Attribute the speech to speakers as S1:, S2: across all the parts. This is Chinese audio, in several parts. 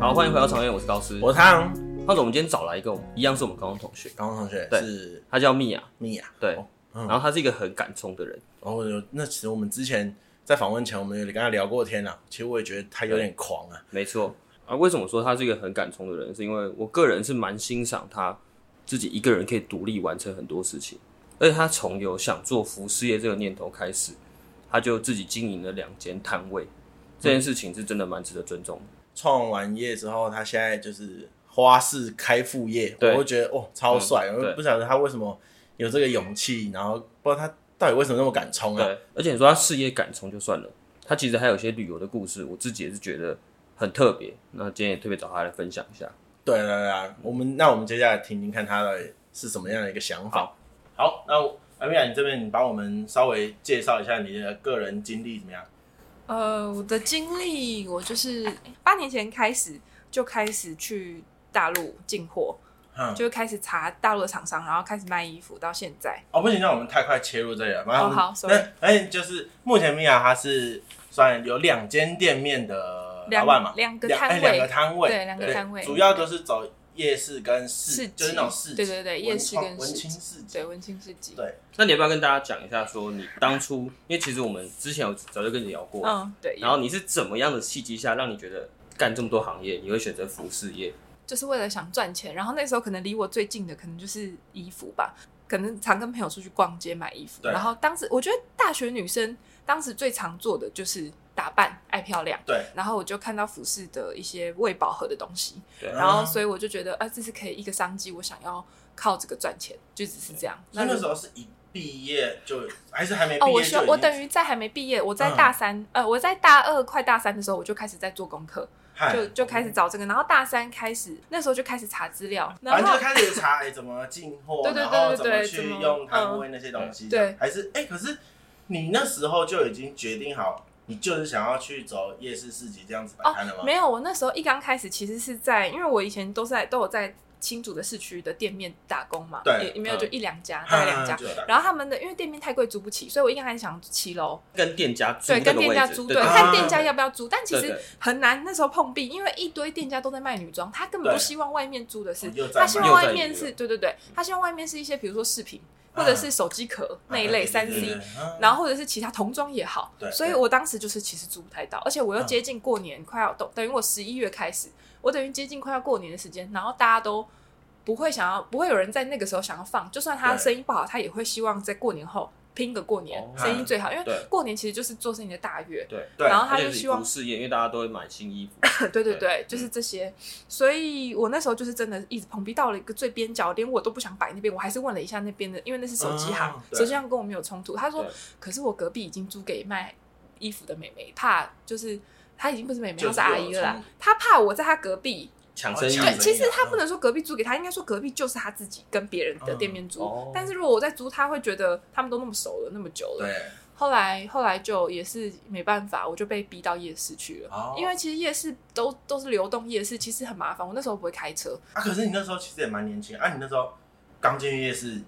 S1: 好，欢迎回到常院，我是高斯。
S2: 我汤
S1: 胖子，我们今天找来一个我们一样是我们高中同学，
S2: 高中同学
S1: 对
S2: 是
S1: 他叫米娅，
S2: 米娅，
S1: 对
S2: 哦
S1: 然后他是一个很敢冲的人，
S2: 然后有那其实我们之前在访问前，我们有跟他聊过天啊，其实我也觉得他有点狂啊，
S1: 没错啊。为什么说他是一个很敢冲的人？是因为我个人是蛮欣赏他自己一个人可以独立完成很多事情，而且他从有想做服饰业这个念头开始，他就自己经营了两间摊位，这件事情是真的蛮值得尊重的。
S2: 创完业之后，他现在就是花式开副业，
S1: 对
S2: 我会觉得哦超帅，
S1: 嗯
S2: 我
S1: 对
S2: 不晓得他为什么有这个勇气，然后不知道他到底为什么那么敢冲啊，
S1: 对，而且你说他事业敢冲就算了，他其实还有一些旅游的故事，我自己也是觉得很特别。那今天也特别找他来分享一下。
S2: 对对对啊，我们那我们接下来听听看他到底是什么样的一个想法。好，那我阿米娅，你这边你帮我们稍微介绍一下你的个人经历怎么样？
S3: 呃，我的经历，我就是八年前开始就开始去大陆进货，
S2: 嗯，
S3: 就开始查大陆的厂商，然后开始卖衣服，到现在。
S2: 哦，不行，那我们太快切入这里了。马上
S3: 哦好
S2: 那
S3: sorry
S2: 而且就是目前米娅她是算有两间店面的
S3: 两
S2: 老呃板嘛，
S3: 两个
S2: 两
S3: 摊
S2: 哎
S3: 位
S2: 两个摊位，
S3: 对两个摊位
S2: 主要都是走夜市跟市，
S3: 市集
S2: 就是那种市集，
S3: 对对对
S2: 文
S3: 夜市
S2: 创
S3: 跟
S2: 文
S3: 市集
S2: 青市集
S3: 对，。文青市集。
S2: 对
S1: 那你要不要跟大家讲一下，说你当初，因为其实我们之前有早就跟你聊过，
S3: 嗯，对。
S1: 然后你是怎么样的契机下，让你觉得干这么多行业，你会选择服饰业？
S3: 就是为了想赚钱，然后那时候可能离我最近的可能就是衣服吧，可能常跟朋友出去逛街买衣服。
S2: 对
S3: 然后当时我觉得大学女生当时最常做的就是打扮，爱漂亮。
S2: 对，
S3: 然后我就看到服饰的一些未饱和的东西，
S1: 对
S3: 然后
S2: 嗯
S3: 所以我就觉得啊，这是可以一个商机，我想要靠这个赚钱，就只是这样。
S2: 所以那
S3: 如
S2: 时候是一毕业就还是还没毕
S3: 哦，我
S2: 业
S3: 学
S2: 就
S3: 我
S2: 已
S3: 等
S2: 经
S3: 于在还没毕业，我在
S2: 嗯
S3: 大三，呃，我在大二快大三的时候，我就开始在做功课，
S2: 嗨
S3: 就就
S2: 嗯
S3: 开始找这个，然后大三开始，那时候就开始查资料，然
S2: 反正
S3: 后
S2: 啊就开始查哎怎么进货，
S3: 对对
S2: 然后
S3: 对对
S2: 怎么
S3: 对
S2: 去
S3: 怎么
S2: 用摊位那些东西，
S3: 嗯对
S2: 还是哎、可是你那时候就已经决定好，你就是想要去走夜市市集这样子摆摊了吗？
S3: 哦没有，我那时候一刚开始其实是在，因为我以前都是在都有在新竹的市区的店面打工嘛，
S2: 对嗯
S3: 也也没有
S1: 嗯
S3: 就一两家，
S2: 哈
S3: 大概两家。
S2: 啊就有打
S3: 然后他们的因为店面太贵租不起，所以我一刚开始想骑楼，
S1: 跟店家租
S3: 对，
S1: 那
S3: 跟
S1: 个位置，
S3: 店家租，
S1: 对
S3: 对，
S1: 对
S2: 他
S3: 看店家要不要租。但其
S1: 对
S3: 实
S1: 对
S3: 很难，那时候碰壁，因为一堆店家都在卖女装，他根本不
S2: 对
S3: 希望外面租的是
S2: 哦又，在
S3: 他希
S1: 卖
S3: 望外面
S1: 又在嗯
S3: 是对对对，他希望外面是一些比如说饰品或者是手机壳那一
S2: 啊
S3: 类三 C，然
S2: 嗯
S3: 后或者是其他童装也好
S2: 对，
S3: 所以
S2: 对
S3: 我当时就是其实租不太到，而且我
S1: 嗯
S3: 又接近过年，快要等等于我十一月开始，我等于接近快要过年的时间，然后大家都不会想要，不会有人在那个时候想要放，就算他
S2: 对
S3: 生意不好，他也会希望在过年后拼个过年
S1: 哦，
S3: 生意最好，因为
S1: 对
S3: 过年其实就是做生意的大月，
S1: 对，
S2: 对
S3: 然后他
S1: 而
S3: 就
S1: 且是
S3: 希
S1: 以
S3: 望
S1: 服饰业，因为大家都会买新衣服，
S3: 对对
S1: 对
S3: 对，
S2: 嗯
S3: 就是这些。所以我那时候就是真的一直碰壁，到了一个最边角，连我都不想摆那边，我还是问了一下那边的，因为那是手机行，
S2: 哦对
S3: 手机行跟我没有冲突。他说
S1: 对，
S3: 可是我隔壁已经租给卖衣服的妹妹，怕就是。她已经不是妹妹，
S2: 就
S3: 她
S2: 是
S3: 是阿姨了
S2: 有冲
S3: 啦
S2: 突。
S3: 她怕我在她隔壁，
S1: 抢生意
S2: 抢，
S3: 对，
S2: 生意
S3: 其实
S2: 啊
S3: 她不能说隔壁租给她，应该说隔壁就是她自己跟别人的店面租。
S1: 嗯哦
S3: 但是如果我在租，她会觉得他们都那么熟了，那么久了，
S2: 对，
S3: 后来后来就也是没办法，我就被逼到夜市去了。
S2: 哦
S3: 因为其实夜市都都是流动夜市，其实很麻烦。我那时候不会开车，
S2: 啊，可是你那时候其实也蛮年轻啊，你那时候刚进夜市，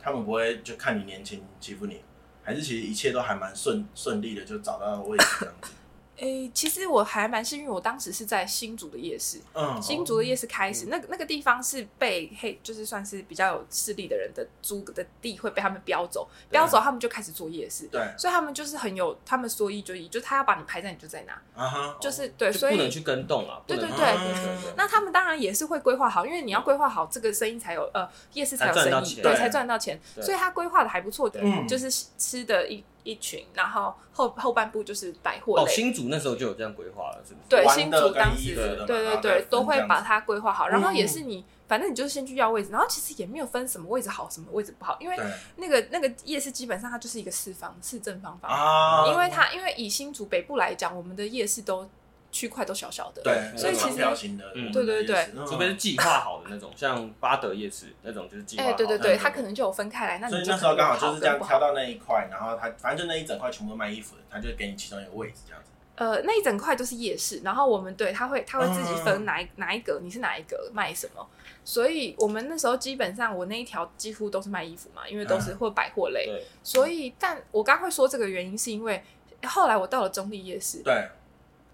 S2: 他们不会就看你年轻欺负你，还是其实一切都还蛮顺顺利的，就找到位置这样子，
S3: 诶、其实我还蛮幸运，我当时是在新竹的夜市，
S1: 哦
S2: 嗯，
S3: 新竹的夜市开
S1: 嗯
S3: 始，那个那个地方是被黑，就是算是比较有势力的人的租的地会被他们标走，
S2: 对
S3: 标走他们就开始做夜市，
S2: 对，
S3: 所以他们就是很有，他们说一就一，就他要把你排在你就在哪，
S2: 啊哈，
S3: 就是对，
S1: 哦就
S3: 所
S1: 不
S3: 以
S1: 能去跟动啊，不能
S3: 对
S1: 去
S3: 对
S2: 对
S1: 对对，
S3: 那他们当然也是会规划好，因为你要规划好这个生意才有呃夜市才有
S1: 才赚
S3: 生
S1: 到
S3: 意，
S1: 钱
S3: 对，
S2: 对
S3: 才赚到钱，
S1: 对
S3: 所以他规划的还不错的，
S2: 嗯
S3: 就是吃的一一群，然后后后半部就是百货
S1: 哦，
S3: 类。
S1: 新竹那时候就有这样规划了，是不是？
S3: 对
S2: 玩的
S3: 新竹
S2: 跟
S3: 当
S2: 衣
S3: 时
S2: 服的嘛，
S3: 对
S2: 然
S3: 对
S2: 后再
S3: 对，
S2: 分
S3: 都会
S2: 这样
S3: 把
S2: 子
S3: 它规划好，然后
S2: 嗯
S3: 也是你，反正你就是先去要位置，然后其实也没有分什么位置好，什么位置不好，因为
S2: 对
S3: 那个那个夜市基本上它就是一个四方四正方方，
S2: 啊，
S3: 因为它因为以新竹北部来讲，我们的夜市都区块都小小的，
S2: 对，
S1: 所以其实
S2: 条形的，
S1: 嗯
S3: 对对对
S2: 嗯
S1: 除非是计划好的那种，像巴德夜市那种就是计划好
S3: 哎，
S1: 的。
S3: 对对
S2: 对
S3: 对，它可能就有分开来，那
S2: 所以
S3: 你就
S2: 那时候
S3: 可能
S2: 刚好
S3: 有
S2: 就是这
S3: 跟
S2: 样
S3: 不好
S2: 挑到那一块，然后他反正就那一整块全部都卖衣服的，他就给你其中一个位置这样子。
S3: 呃，那一整块都是夜市，然后我们对他会他会自己
S2: 嗯
S3: 分哪一、哪一格，你是哪一格卖什么，所以我们那时候基本上我那一条几乎都是卖衣服嘛，因为都是或百货类，
S1: 对
S3: 所以但我刚会说这个原因是因为后来我到了中立夜市，
S2: 对，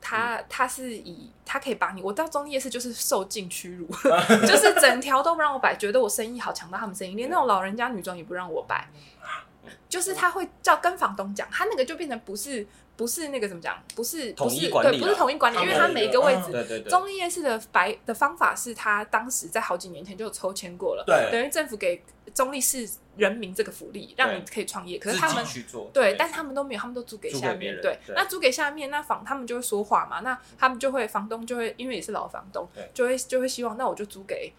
S3: 他
S1: 嗯
S3: 他是以他可以把你，我到中立夜市就是受尽屈 辱， 就是整条都不让我摆，觉得我生意好抢到他们生意，连那种老人家女装也不让我摆，就是他会叫跟房东讲，他那个就变成不是不是那个怎么讲，不是不
S1: 统一
S3: 是
S1: 管理啊
S3: 对，不
S1: 啦
S3: 是统一管理，因为
S2: 他
S3: 他
S2: 们
S3: 每个位
S2: 嗯
S3: 置
S1: 啊对对对，
S3: 中立夜市的白的方法是他当时在好几年前就有抽签过了，
S2: 对
S3: 等于政府给中立市人民这个福利，让你可以创业。可是他们
S1: 自己去做，
S3: 对，但他们都没有，他们都租给
S1: 租
S3: 下
S1: 给别
S3: 面。
S1: 人
S3: 对，
S1: 对
S3: 那租给下面，那房他们就会说话嘛，那他们就会房东就会因为也是老房东
S1: 对，
S3: 就会就会希望那我就租给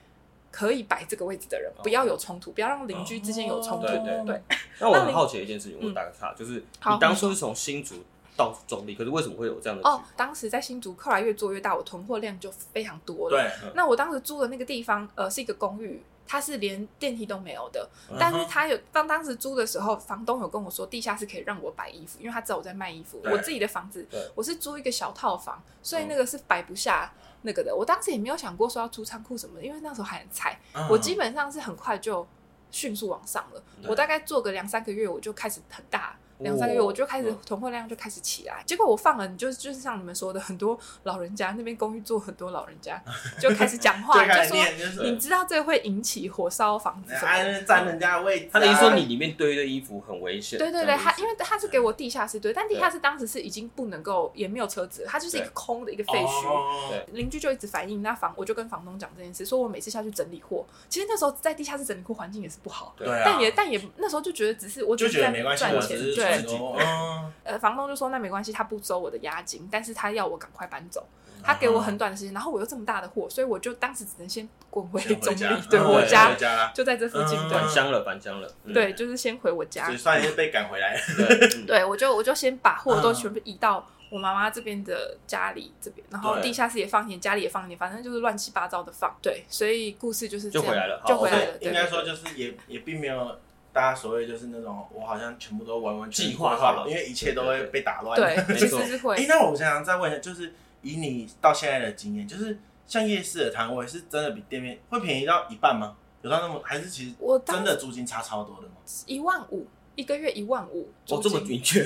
S3: 可以摆这个位置的人，不要有冲突，不要让邻居之间有冲突。
S1: 哦对对
S3: 对，
S1: 那我
S3: 那
S1: 很
S3: 你
S1: 好奇的一件事情，我
S3: 嗯
S1: 打个岔，就是你
S3: 好
S1: 当初是从新竹到中立，可是为什么会有这样的
S3: 哦
S1: 局？，
S3: 当时在新竹，后来越做越大，我囤货量就非常多了。
S2: 对，
S3: 那我当时租的那个地方，呃，是一个公寓，它是连电梯都没有的。
S2: 嗯
S1: 嗯
S3: 但是他有当当时租的时候，房东有跟我说，地下室可以让我摆衣服，因为他知道我在卖衣服。
S2: 对
S3: 我自己的房子
S1: 对，
S3: 我是租一个小套房，所以
S1: 嗯
S3: 那个是摆不下那个的。我当时也没有想过说要租仓库什么的，因为那时候还很菜。
S2: 嗯
S3: 我基本上是很快就迅速往上了，
S1: 对
S3: 我大概做个两三个月，我就开始很大。
S1: 哦
S3: 两三个月我就开始
S1: 嗯
S3: 囤货量就开始起来，结果我放了，你就就是像你们说的，很多老人家那边公寓住很多老人家就开始讲话，
S2: 最
S3: 就
S2: 概
S3: 说
S2: 念嗯 就是
S3: 你知道这会引起火烧房子什么
S2: 哎
S3: 的，
S2: 那占人家的位置啊，
S1: 他的意思说你里面堆的衣服很危险，
S3: 对对
S1: 这
S3: 对，
S1: 样的意
S3: 他
S1: 思
S3: 因为他是给我地下室堆，但地下室当时是已经不能够，也没有车子，它就是一个空的一个废墟。
S2: 哦
S1: 对
S3: 邻居就一直反映，那房我就跟房东讲这件事，说我每次下去整理货，其实那时候在地下室整理货环境也是不好，
S2: 对啊，
S3: 但也但也那时候就觉得只是我
S2: 就
S3: 只
S2: 觉
S3: 是
S2: 得
S3: 在
S2: 没关系，
S3: 赚
S2: 我
S3: 钱
S2: 只是，
S3: 对
S1: 说，
S2: 说，
S1: 对
S2: 嗯，
S3: 呃，房东就说那没关系，他不收我的押金，但是他要我赶快搬走，
S2: 啊
S3: 他给我很短的时间，然后我又这么大的货，所以我就当时只能先滚回
S2: 先
S3: 中
S2: 回家
S3: 立，对
S2: 嗯
S3: 我
S1: 对
S3: 家
S2: 回家啦，
S3: 就在这附近，
S2: 嗯
S1: 返
S3: 对
S1: 乡了，返乡了，嗯
S3: 对，就是先回我家
S2: 所以，算是被赶回来了，
S1: 对嗯
S3: 对，我就我就先把货都
S2: 嗯
S3: 全部移到我妈妈这边的家里这边，然后
S1: 对
S3: 地下室也放一点，家里也放一点，反正就是乱七八糟的放。对，所以故事就是这
S1: 就
S3: 样
S1: 回来了好
S3: 就回
S1: 对
S3: 来
S1: 对
S3: 了。
S2: 应
S3: 哦对，
S2: 该说就是也也并没有大家所谓就是那种我好像全部都完完全全
S1: 计划好
S2: 规了，因为一切都
S1: 对
S2: 会
S1: 对对
S2: 被打乱。
S1: 没
S3: 对，其
S1: 错
S3: 实是
S2: 哎、
S3: 会。
S2: 那我想想再问一下，就是以你到现在的经验，就是像夜市的摊位是真的比店面会便宜到一半吗？有到那么还是其实
S3: 我当
S2: 真的租金差超多的吗？
S3: 一万五一个月一万五
S1: 哦
S3: 租，
S1: 这么哦
S3: 金，
S1: 明确，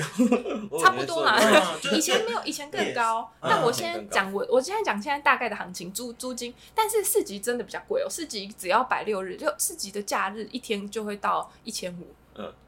S1: 我以为
S3: 差不多啦
S1: 说
S2: 嗯就是
S3: 以前没有，以前更高。
S2: Yes
S3: 那
S2: 嗯
S3: 我
S1: 以前更
S3: 先
S1: 高
S3: 讲我我现在讲现在大概的行情租租金，但是市集真的比较贵哦，市集只要摆六日，就市集的假日一天就会到一千五。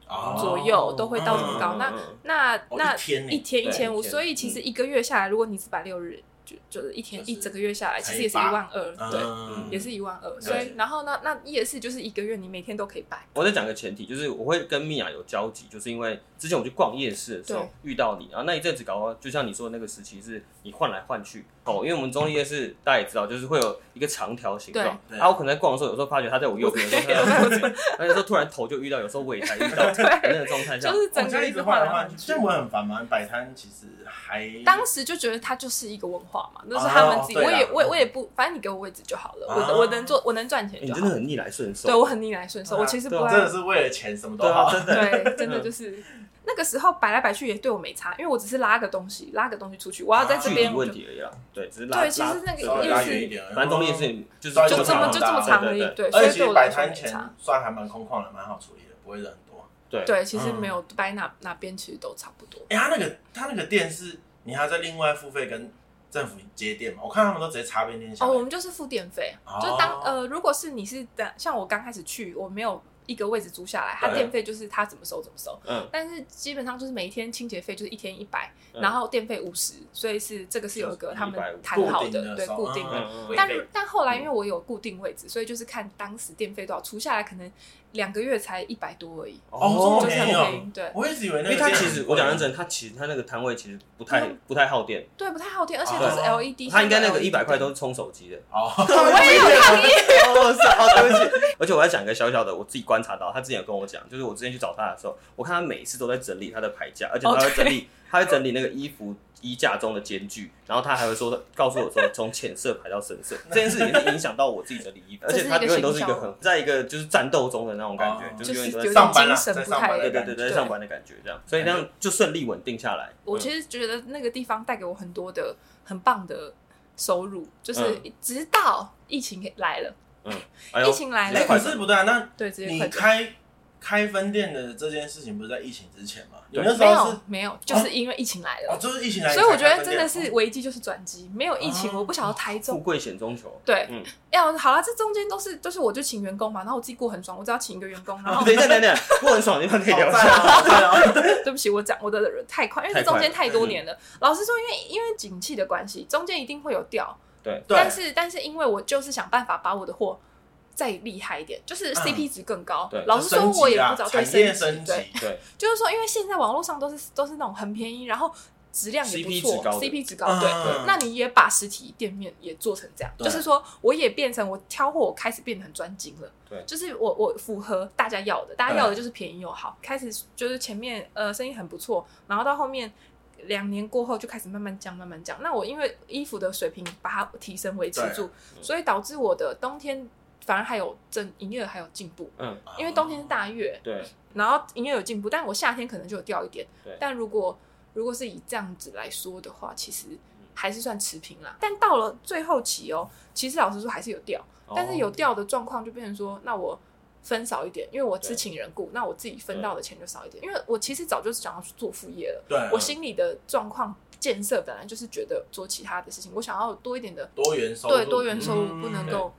S2: 哦
S3: 左右都会到这么高
S1: 嗯
S3: 那
S1: 嗯嗯
S3: 那
S2: 哦
S3: 那
S2: 一天呢
S3: 一天
S1: 对
S3: 一千
S1: 一
S3: 五，
S1: 天
S3: 所以其
S2: 嗯
S3: 实一个月下来，如果你只摆六日，就就是一天
S2: 就是
S3: 一整个月下来，
S2: 乘以
S3: 其实也是一
S2: 八
S3: 万二，对，
S2: 嗯
S3: 也是一万二。
S2: 解
S3: 所以然后呢，那夜市就是一个月，你每天都可以摆。
S1: 我再讲个前提，就是我会跟米娅有交集，就是因为之前我去逛夜市的时候
S3: 对
S1: 遇到你，然后那一阵子搞到就像你说的那个时期，是你换来换去哦，因为我们中立夜市大家也知道，就是会有一个长条形状，啊
S2: 对
S1: 然后我可能在逛的时候，有时候发觉他在我右边，有时候他在我左边，那有时候突然头就遇到，有时候我也才遇到，那个状态下
S3: 就，是
S2: 我
S3: 整
S2: 哦这
S3: 个
S2: 样
S3: 一
S2: 一
S3: 直
S2: 直
S3: 换
S2: 换
S3: 来
S2: 来
S3: 换
S2: 换
S3: 去
S2: 去，这样我很烦嘛。摆摊其实还
S3: 当时就觉得它就是一个文化嘛，那是
S2: 哦
S3: 他们自己，
S2: 对
S3: 我
S2: 啦
S3: 也我也我也不，反正你给我位置就好了，我的
S2: 啊
S3: 我能做我能赚
S1: 欸
S3: 钱
S1: 你
S3: 就
S1: 真的
S3: 好。
S1: 很逆来顺受，
S3: 对我很逆来顺受，
S2: 对啊
S3: 我其实不
S1: 对啊
S2: 真
S3: 爱
S2: 的是嗯为了钱什么都
S1: 对啊
S2: 好，
S1: 真的
S3: 对，真的就是那个时候摆来摆去也对我没差，因为我只是拉个东西拉个东西出去，我要在这
S2: 啊
S1: 距
S3: 边
S1: 离
S3: 我
S1: 问
S3: 就
S1: 题而已啦，对，只是拉
S3: 对，其实那
S2: 稍
S3: 个
S2: 微
S3: 夜
S2: 拉
S3: 市
S2: 远一点而已，
S1: 反正中立夜市就是
S2: 就
S3: 就这么就这么长而已
S1: 对对，对
S3: 对，所
S2: 而且
S3: 以
S2: 其实
S3: 对我
S2: 摆
S3: 来说
S2: 摊
S3: 没
S2: 前
S3: 差。
S2: 算还蛮空旷的，蛮好处理的，不会人很多。
S1: 对
S3: 对，其实
S2: 嗯
S3: 没有摆哪哪边，其实都差不多。
S2: 哎、他那个他那个店是你还要再另外付费跟政府接电嘛？我看他们都直接插边电下
S3: 哦，
S2: 来。
S3: 我们就是付电费，就当
S2: 哦
S3: 呃，如果是你是的，像我刚开始去，我没有一个位置租下来，他
S1: 对
S3: 电费就是他怎么收怎么收。
S1: 嗯，
S3: 但是基本上就是每一天清洁费就是一天一百，
S1: 嗯
S3: 然后电费五十，所以是这个是有一个他们
S1: 150
S3: 谈好
S2: 固定的
S3: 对，
S2: 收
S3: 固定的。
S1: 嗯嗯嗯
S3: 但但后来因为我有固定位置，所以就是看当时电费多少，除下来可能两个月才一百多而已，
S2: 哦
S3: 就是很
S2: 便宜哦
S3: 便宜。对，
S2: 我一直以为那
S1: 因
S2: 个
S1: 为它
S2: 店很贵，啊
S1: 其实我讲认真，它其实它那个摊位其实不太不太耗电，
S3: 对，不太好听，而且都是 E
S2: 哦
S3: LED，
S1: 它应该那个
S3: LED
S1: 一百块都是充手机 的。
S2: 哦，
S3: 我也有 抗议，
S1: 哦，是哦，对不起。而且我要讲一个小小的，我自己观察到，他之前有跟我讲，就是我之前去找他的时候，我看他每一次都在整理他的牌架，而且他
S3: 哦
S1: 会
S3: 对
S1: 整理，他会整理那个衣服衣架中的间距，然后他还会说，告诉我说从浅色排到深色，这件事情是影响到我自己整 理衣服，而
S3: 这是
S1: 且
S3: 一个
S1: 他永远都是一个
S3: 行
S1: 很在一个就是战斗中的那种感觉，
S2: 哦
S1: 是永远都
S3: 就
S1: 在
S3: 是
S1: 上，
S2: 上班了，
S3: 精神
S2: 在
S3: 不太
S2: 上班的
S1: 对
S2: 感觉，
S1: 对对对，在上班的感觉这样，所以那样就顺利稳定下来。
S3: 我
S1: 嗯
S3: 其实觉得那个地方带给我很多的很棒的收入，就是直到疫情来了，
S1: 哎呦
S3: 疫情来
S1: 直
S3: 了
S1: 接
S2: 嗯哎，
S1: 快
S2: 可
S1: 闪
S2: 是不对啊，那
S3: 对，直接
S2: 你
S3: 快转。
S2: 开开分店的这件事情不是在疫情之前吗？你
S1: 对
S2: 那时
S3: 没
S2: 候是
S3: 有没有，就是因为疫情来
S2: 哦，
S3: 了，
S2: 就是疫情来，
S3: 所以我觉
S2: 你才开
S3: 得
S2: 分
S3: 真
S2: 店
S3: 的是危机就是转机，没有疫情，
S2: 哦
S3: 我不晓得台
S1: 富
S3: 中。哎
S1: 贵险中求。
S3: 对
S1: 嗯，
S3: 要好了，这中间都是就是我就请员工嘛，然后我自己过很爽，我只要请一个员工，然
S2: 哦
S3: 后
S1: 等一下，等一下，我很爽的地方可以聊
S2: 好
S1: 一
S2: 赞
S1: 下。
S2: 哦，好赞哦
S3: 对不起，我讲我的人太快，因为
S1: 太
S3: 这
S1: 快
S3: 中间太
S2: 嗯
S3: 多年了。老实说，因为因为景气的关系，中间一定会有掉，
S1: 对，
S2: 对
S3: 但是但是因为我就是想办法把我的货再厉害一点，就是
S2: 嗯
S3: CP 值更高。
S1: 对
S3: 老实说，我也不知
S2: 升级
S3: 道
S2: 啊
S3: 对
S2: 产业
S3: 升
S2: 升
S3: 级
S2: 级
S3: 对，，
S1: 对，
S3: 就是说，因为现在网络上都是都是那种很便宜，然后质量也不
S1: CP 值
S3: 错
S1: 高的
S3: ，CP 值高，
S2: 嗯
S3: 对。那你也把实体店面也做成这样，
S2: 对
S3: 就是说，我也变成我挑货，我开始变得很专精了。
S1: 对
S3: 就是我我符合大家要的，大家要的就是便宜又好。开始就是前面呃生意很不错，然后到后面两年过后就开始慢慢降，慢慢降。那我因为衣服的水平把它提升维持住，
S1: 嗯
S3: 所以导致我的冬天反而还有增营业额还有进步，
S1: 嗯，
S3: 因为冬天是大月，
S1: 对，
S3: 然后营业有进步，但我夏天可能就有掉一点
S1: 对。
S3: 但如果如果是以这样子来说的话，其实还是算持平啦。但到了最后期哦，其实老实说还是有掉，
S1: 哦
S3: 但是有掉的状况就变成说，那我分少一点，因为我是
S1: 对
S3: 请人雇，那我自己分到的钱就少一点。因为我其实早就想要去做副业了，
S2: 对，啊
S3: 我心里的状况建设本来就是觉得做其他的事情，我想要有多一点的
S2: 多元收入，
S3: 对多元收入
S2: 嗯
S3: 不能够。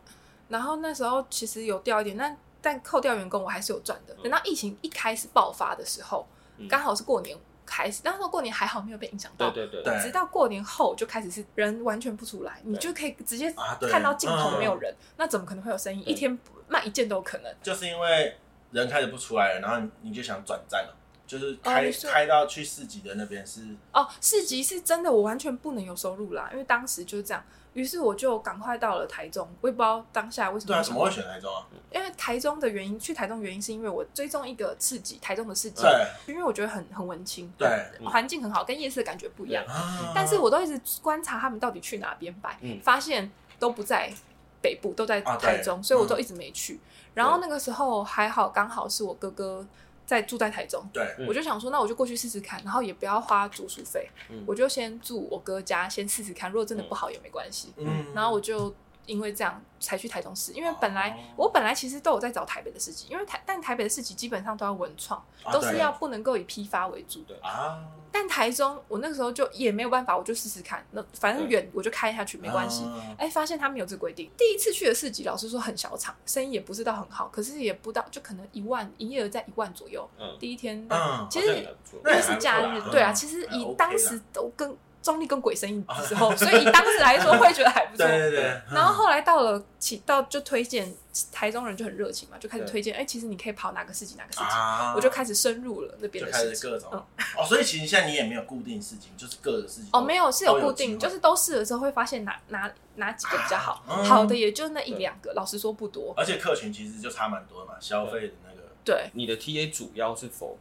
S3: 然后那时候其实有掉一点，但但扣掉员工我还是有赚的。等到
S2: 嗯
S3: 疫情一开始爆发的时候
S1: 嗯，
S3: 刚好是过年开始，那时候过年还好没有被影响
S1: 对
S3: 到，
S1: 对对
S2: 对
S3: 直到过年后就开始是人完全不出来，你就可以直接
S2: 啊对
S3: 看到尽头没有
S2: 嗯
S3: 人，那怎么可能会有生意？
S1: 对
S3: 一天卖一件都有可能。
S2: 就是因为人开始不出来了，然后你你就想转战了，就是开、
S3: 哦你说
S2: 开到去市集的那边是，
S3: 哦，市集是真的，我完全不能有收入啦，因为当时就是这样。于是我就赶快到了台中，我也不知道当下为什么
S2: 对啊，怎么
S3: 想
S2: 会选台中啊？
S3: 因为台中的原因，去台中的原因是因为我追踪一个市集，台中的市集，
S2: 对
S3: 因为我觉得很很文青，
S2: 对
S1: 嗯
S3: 环境很好，跟夜市的感觉不一样。
S2: 啊，
S3: 嗯但是我都一直观察他们到底去哪边摆，
S1: 嗯
S3: 发现都不在北部，都在
S2: 啊对嗯
S3: 台中，所以我都一直没去。然后那个时候还好，刚好是我哥哥在住在台中，
S2: 对
S1: 嗯
S3: 我就想说，那我就过去试试看，然后也不要花住宿费，
S1: 嗯
S3: 我就先住我哥家，先试试看，如果真的不好也没关系。
S2: 嗯，
S3: 然后我就因为这样才去台中市，因为本来、
S2: 哦
S3: 我本来其实都有在找台北的市集，因为台但台北的市集基本上都要文创，
S2: 啊
S3: 都是
S2: 对
S3: 要不能够以批发为主。
S1: 对
S2: 啊，
S3: 但台中我那个时候就也没有办法，我就试试看，那反正
S1: 对
S3: 远我就开下去没关系。
S2: 啊
S3: 哎，发现他们有这规定。第一次去的市集，老实说很小场，生意也不是到很好，可是也不到就可能一万，营业额在一万左右。
S1: 嗯，
S3: 第一天，
S2: 嗯
S3: 其实
S2: 那也
S3: 又
S2: 还
S3: 是
S2: 不
S3: 假
S2: 错啦
S3: 日
S2: 嗯，
S3: 对啊，其实
S2: 还
S3: 以
S2: OK
S3: 当
S2: 啦啊
S3: 时都跟中立跟鬼生意的时候，所以以当时来说会觉得还不 错
S2: 对。对对，嗯
S3: 然后后来到了起到就推荐台中人就很热情嘛，就开始
S1: 对
S3: 推荐，哎、其实你可以跑哪个市集哪个市集，
S2: 啊，
S3: 我就开始深入了那边
S2: 就
S3: 的
S2: 开
S3: 市
S2: 始
S3: 集。
S2: 各种、
S3: 嗯
S2: 哦，所以其实现在你也没有固定事情，就是各个事情
S3: 哦，没有是有
S2: 都
S3: 固定，
S2: 有机会
S3: 就是都试的时候会发现哪哪哪几个比较好，
S2: 啊嗯
S3: 好的也就那一两个，老实说不多。
S2: 而且客群其实就差蛮多的嘛，消费的那个
S3: 对，
S1: 你的 TA 主要嗯是否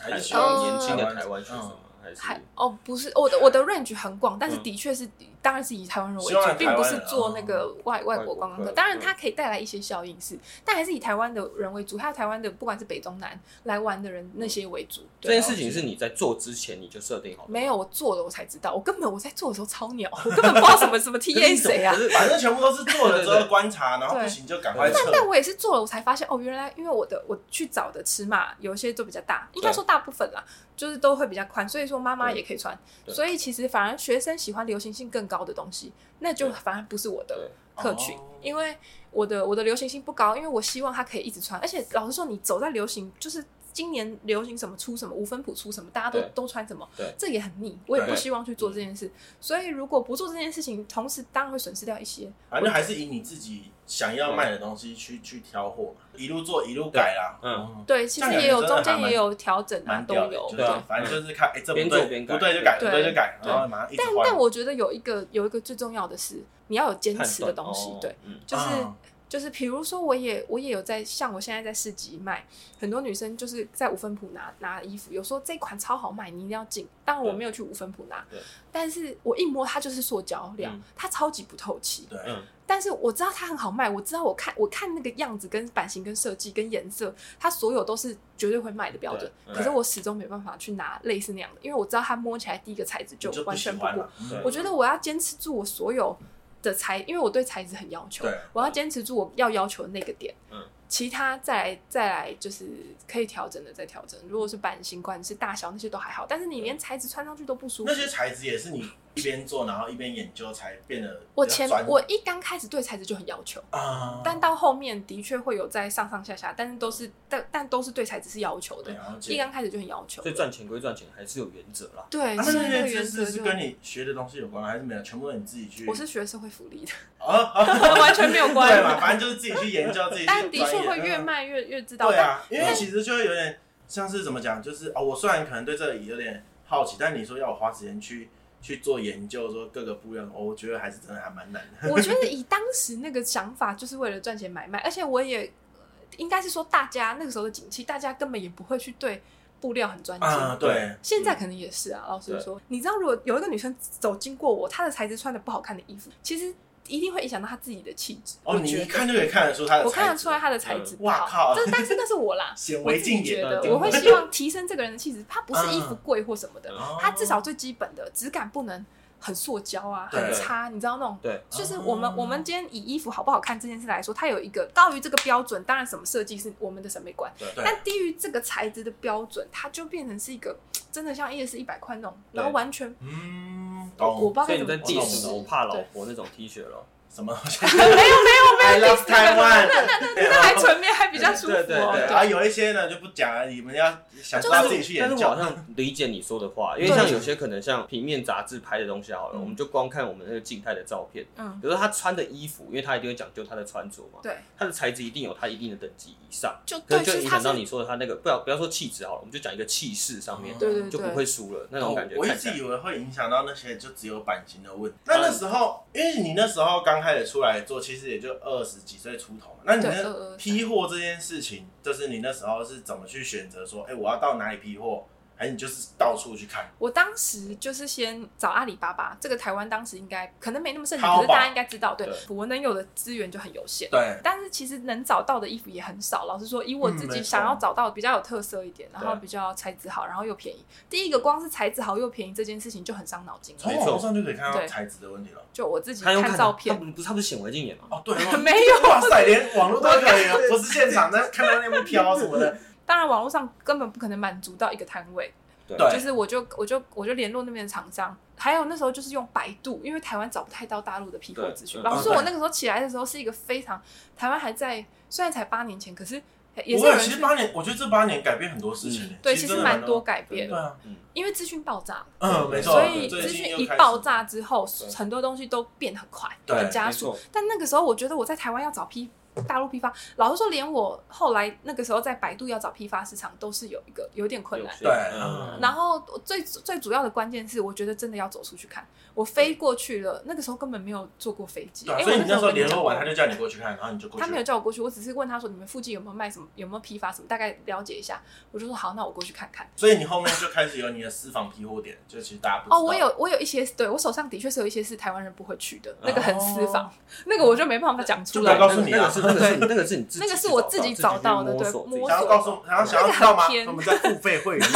S2: 还是嗯
S1: 希
S2: 希
S1: 望
S3: 哦
S2: 望
S1: 年轻的台湾学
S2: 学生
S1: 生吗
S2: 嘛，？
S1: 还是
S3: 还哦不是我的我的 range 很广，但是
S1: 嗯
S3: 的确是当然是以台湾人为啊
S2: 希望台，
S3: 主
S2: 湾
S3: 并不是
S2: 人
S3: 做那个外外
S1: 国
S3: 国观光
S1: 客
S3: 客。当然
S1: 嗯
S3: 它可以带来一些效应是，但还是以台湾的人为主，还有台湾的不管是北中南来玩的人那些为主。
S1: 这
S3: 对啊
S1: 件事情是你在做之前你就设定好的？
S3: 没有，我做了我才知道，我根本我在做的时候超鸟，我根本不知道什么 什么 TA 谁啊
S1: 可。是
S2: 反正全部都是做了之
S1: 对对
S2: 后
S1: 对
S2: 观察，然后不
S3: 对
S2: 行就赶快
S1: 但
S2: 撤。
S3: 但我也是做了，我才发现哦，原来因为我的我去找的尺码有一些都比较大，应该说大部分啦，就是都会比较宽，所以说妈妈
S1: 对
S3: 也可以穿。
S1: 对
S3: 所以其实反而学生喜欢流行性更高的东西，那就
S1: 对
S3: 反而不是我的
S2: 对
S3: 客群
S2: 哦，
S3: 因为我的我的流行性不高，因为我希望它可以一直穿。而且老实说，你走在流行就是。今年流行什么出什么，五分谱出什么，大家都
S1: 对
S3: 都穿什么
S1: 对，
S3: 这也很腻，我也不
S1: 对
S3: 希望去做这件事。所以如果不做这件事情，同时当然会损失掉一些。
S2: 反正还是以你自己想要卖的东西去去挑货嘛，一路做一路改啦。
S1: 对嗯
S2: 嗯，
S3: 对，其
S2: 这
S3: 实
S2: 样
S3: 也有
S2: 感觉真的
S3: 中间
S2: 还蛮
S3: 也有调整啊，
S2: 蛮
S3: 都
S2: 屌的，就
S3: 有。
S2: 是
S1: 对啊
S2: 反正就是看，哎，这
S1: 边
S2: 不
S1: 做
S2: 对，
S1: 边改
S2: 不对就改，不
S3: 对
S2: 对就改，
S1: 对
S2: 然后马上一直
S3: 但
S2: 换
S3: 但。我觉得有一个有一个最重要的是，你要有坚
S1: 判
S3: 持的
S1: 断
S3: 东西
S1: 哦。
S3: 对，
S1: 嗯
S3: 就是
S2: 啊
S3: 就是比如说，我也我也有在像我现在在市集卖，很多女生就是在五分铺拿拿衣服，有说这款超好卖，你一定要进。当然我
S1: 对
S3: 没有去五分铺拿
S1: 对，
S3: 但是我一摸它就是塑胶料
S1: 嗯，
S3: 它超级不透气。
S2: 对，
S1: 嗯
S3: 但是我知道它很好卖，我知道我看我看那个样子、跟版型、跟设计、跟颜色，它所有都是绝对会卖的标准。
S1: 对
S3: 可是我始终没办法去拿类似那样的，因为我知道它摸起来第一个材质
S2: 你就不
S3: 完
S2: 喜
S3: 全
S2: 欢嗯
S3: 过
S2: 了。。
S1: 对
S3: 我觉得我要坚持住我所有的材，因为我对材质很要求
S2: 对，
S3: 我要坚持住我要要求的那个点。
S1: 嗯，
S3: 其他再来再来就是可以调整的再调整。如果是版型、管制大小那些都还好，但是你连材质穿上去都不舒服
S2: 那。些材质也是你一边做，然后一边研究才变得比较
S3: 我前
S2: 专
S3: 我一刚开始对材质就很要求，
S2: 啊，
S3: 但到后面的确会有在上上下下，但是都是但但都是对材质是要求的。
S2: 了
S3: 一
S2: 解。啊
S3: 刚开始就很要求
S1: 所，以赚钱归赚钱，还是有原则啦。
S3: 对，
S2: 啊那
S3: 是那
S2: 那
S3: 个
S2: 些
S3: 原
S2: 知
S3: 则
S2: 识是
S3: 就。
S2: 跟你学的东西有关吗还是没有？全部都你自己去？
S3: 我是学社会福利 的，
S2: 啊啊，
S3: 完全没有
S2: 对嘛，
S3: 关。
S2: 反正就是自己去研究自己去专
S3: 但
S2: 业。
S3: 的确会越
S2: 嗯
S3: 卖越越知道，
S2: 对
S3: 但
S2: 啊，因为其实就会有点像是怎么讲，就是哦，我虽然可能对这里有点好奇，但你说要我花时间去去做研究，说各个部分，哦，我觉得还是真的还蛮难 的。
S3: 我觉得以当时那个想法，就是为了赚钱买卖，而且我也呃应该是说，大家那个时候的景气，大家根本也不会去对布料很专精。
S2: 啊，对，
S3: 现在可能也是啊，老实
S1: 对
S3: 说，你知道，如果有一个女生走经过我，她的材质穿的不好看的衣服，其实一定会影响到她自己的气质。
S2: 哦，
S3: 我
S2: 你
S3: 觉
S2: 一
S3: 得
S2: 看就可以看得出他的材质，
S3: 我看得出来她的材质不好。
S2: 哇靠，
S3: 这但是那是我啦
S2: 显
S3: 我
S2: 微
S3: 自己
S2: 镜
S3: 觉
S2: 也
S3: 得
S1: 对
S3: 我会希望提升这个人的气质，她不是衣服
S2: 嗯
S3: 贵或什么的，
S2: 哦
S3: 它至少最基本的质感不能很塑胶啊，
S2: 对
S3: 很差，你知道那种。
S1: 对，
S3: 就是我们、
S2: 哦
S3: 我们今天以衣服好不好看这件事来说，它有一个高于这个标准，当然什么设计是我们的审美观，
S1: 对
S3: 但低于这个材质的标准，它就变成是一个真的像 ES 一百块那种，然后
S1: 对
S3: 完全
S2: 嗯，
S3: 我我
S2: 懂
S3: 不知道
S1: 所
S3: 该
S1: 以你
S3: 怎
S1: 在
S3: 么
S2: 懂懂
S3: 解
S1: diss
S3: 释。
S1: 我怕老
S3: 对
S1: 婆那种 T 恤咯。
S2: 什么？
S3: 没有没有没有
S2: ，I love
S3: 没有
S2: Taiwan，
S3: 那那那那还纯棉还比较舒服、哦，
S1: 对对 对
S2: 对啊，有一些呢就不讲了，你们要想知
S3: 那
S2: 道自己去研
S1: 但是我好
S2: 究。
S1: 像理解你说的话，因为
S3: 对
S1: 像有些可能像平面杂志拍的东西好了，
S3: 嗯
S1: 我们就光看我们那个静态的照片，
S3: 嗯，
S1: 比如说他穿的衣服，因为他一定会讲究他的穿着嘛，
S3: 对，
S1: 他的材质一定有他一定的等级以上，
S3: 就
S1: 可
S3: 对，
S1: 能就
S3: 其
S1: 影
S3: 实它
S1: 响到
S3: 是
S1: 你说的他那个不要不要说气质好了，我们就讲一个气势上面
S2: 嗯
S3: 对对对，
S1: 就不会输了那种感觉
S2: 哦我我
S1: 看
S2: 一
S1: 起
S2: 直
S1: 来。嗯
S2: 以为会影响到那些就只有版型的问题。那
S1: 当然
S2: 那时候，因为你那时候刚开始出来做，其实也就二十几岁出头嘛。那你
S3: 对二
S2: 那
S3: 二
S2: 批货这件事情，就是你那时候是怎么去选择说，哎、我要到哪里批货，还是你就是到处去看？
S3: 我当时就是先找阿里巴巴，这个台湾当时应该可能没那么盛行，
S2: 淘宝
S3: 可是大家应该知道，对
S1: 对，
S3: 我能有的资源就很有限。
S2: 对，
S3: 但是其实能找到的衣服也很少。老实说，以我自
S2: 嗯没
S3: 己
S2: 错
S3: 想要找到比较有特色一点，然后
S1: 对
S3: 比较材质好，然后又便宜。第一个光是材质好又便宜这件事情就很伤脑筋了。
S2: 从
S1: 没错
S2: 网上就可以看到
S3: 对
S2: 材质的问题了。
S3: 就我自己
S1: 他用看
S3: 照
S1: 他
S3: 片，
S1: 不不是他不是显微镜眼吗？
S2: 哦，对，
S3: 没有。
S2: 哇塞，连网络都可以啊，不是现场，但是看到那边飘什么的，
S3: 当然，网络上根本不可能满足到一个摊位，
S1: 对
S2: 对
S3: 就是我就我就我就联络那边的厂商，还有那时候就是用百度，因为台湾找不太到大陆的批货
S1: 对
S3: 资讯。
S1: 嗯
S3: 老实说，
S2: 对
S3: 我那个时候起来的时候是一个非常台湾还在，虽然才八年前，可是也
S2: 不
S3: 是有
S2: 过
S3: 人
S2: 其实
S3: 去
S2: 八年，我觉得这八年改变很多事情、欸
S1: 嗯
S3: 对，
S2: 其
S3: 其
S2: 真
S3: 实
S2: 的
S3: 蛮
S2: 多
S3: 多。改变
S2: 对，啊，
S3: 因为资讯爆炸，
S2: 嗯，没错。
S3: 所以
S2: 最
S3: 资
S2: 近
S3: 讯
S2: 又
S3: 一
S2: 开始
S3: 爆，炸之后
S1: 对，
S3: 很多东西都变得很快，
S2: 对
S3: 很加
S1: 没
S3: 速。
S1: 错，
S3: 但那个时候，我觉得我在台湾要找批大陆批发，老实说，连我后来那个时候在百度要找批发市场，都是有一个有点困难。
S2: 对嗯
S1: 嗯
S3: 然后最最主要的关键是，我觉得真的要走出去看。我飞过去了，那个时候根本没有坐过飞机。
S2: 对啊，
S3: 哎
S2: 所以
S3: 我
S2: 你那时候
S3: 跟你
S2: 联
S3: 讲
S2: 络完，他就叫你过去看，然后你就过去。
S3: 他没有，叫我过去，我只是问他说你们附近有没有卖什么，有没有批发什么，大概了解一下。我就说好，那我过去看看。
S2: 所以你后面就开始有你的私房批货点，就其实大家不知道
S3: 哦，我有我有一些，对我手上的确是有一些是台湾人不会去的，那个很私房，那个我就没办法讲出
S2: 哦就不要
S3: 来。
S2: 告诉你啊
S1: 那个是那个是那个是你自己
S3: 那个是我自己找到的
S1: 自己去摸索
S3: 对摸
S2: 想要告诉，想要想要知道吗？我们在付费会 员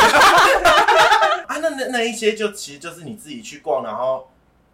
S2: 啊，那那那一些就其实就是你自己去逛，然后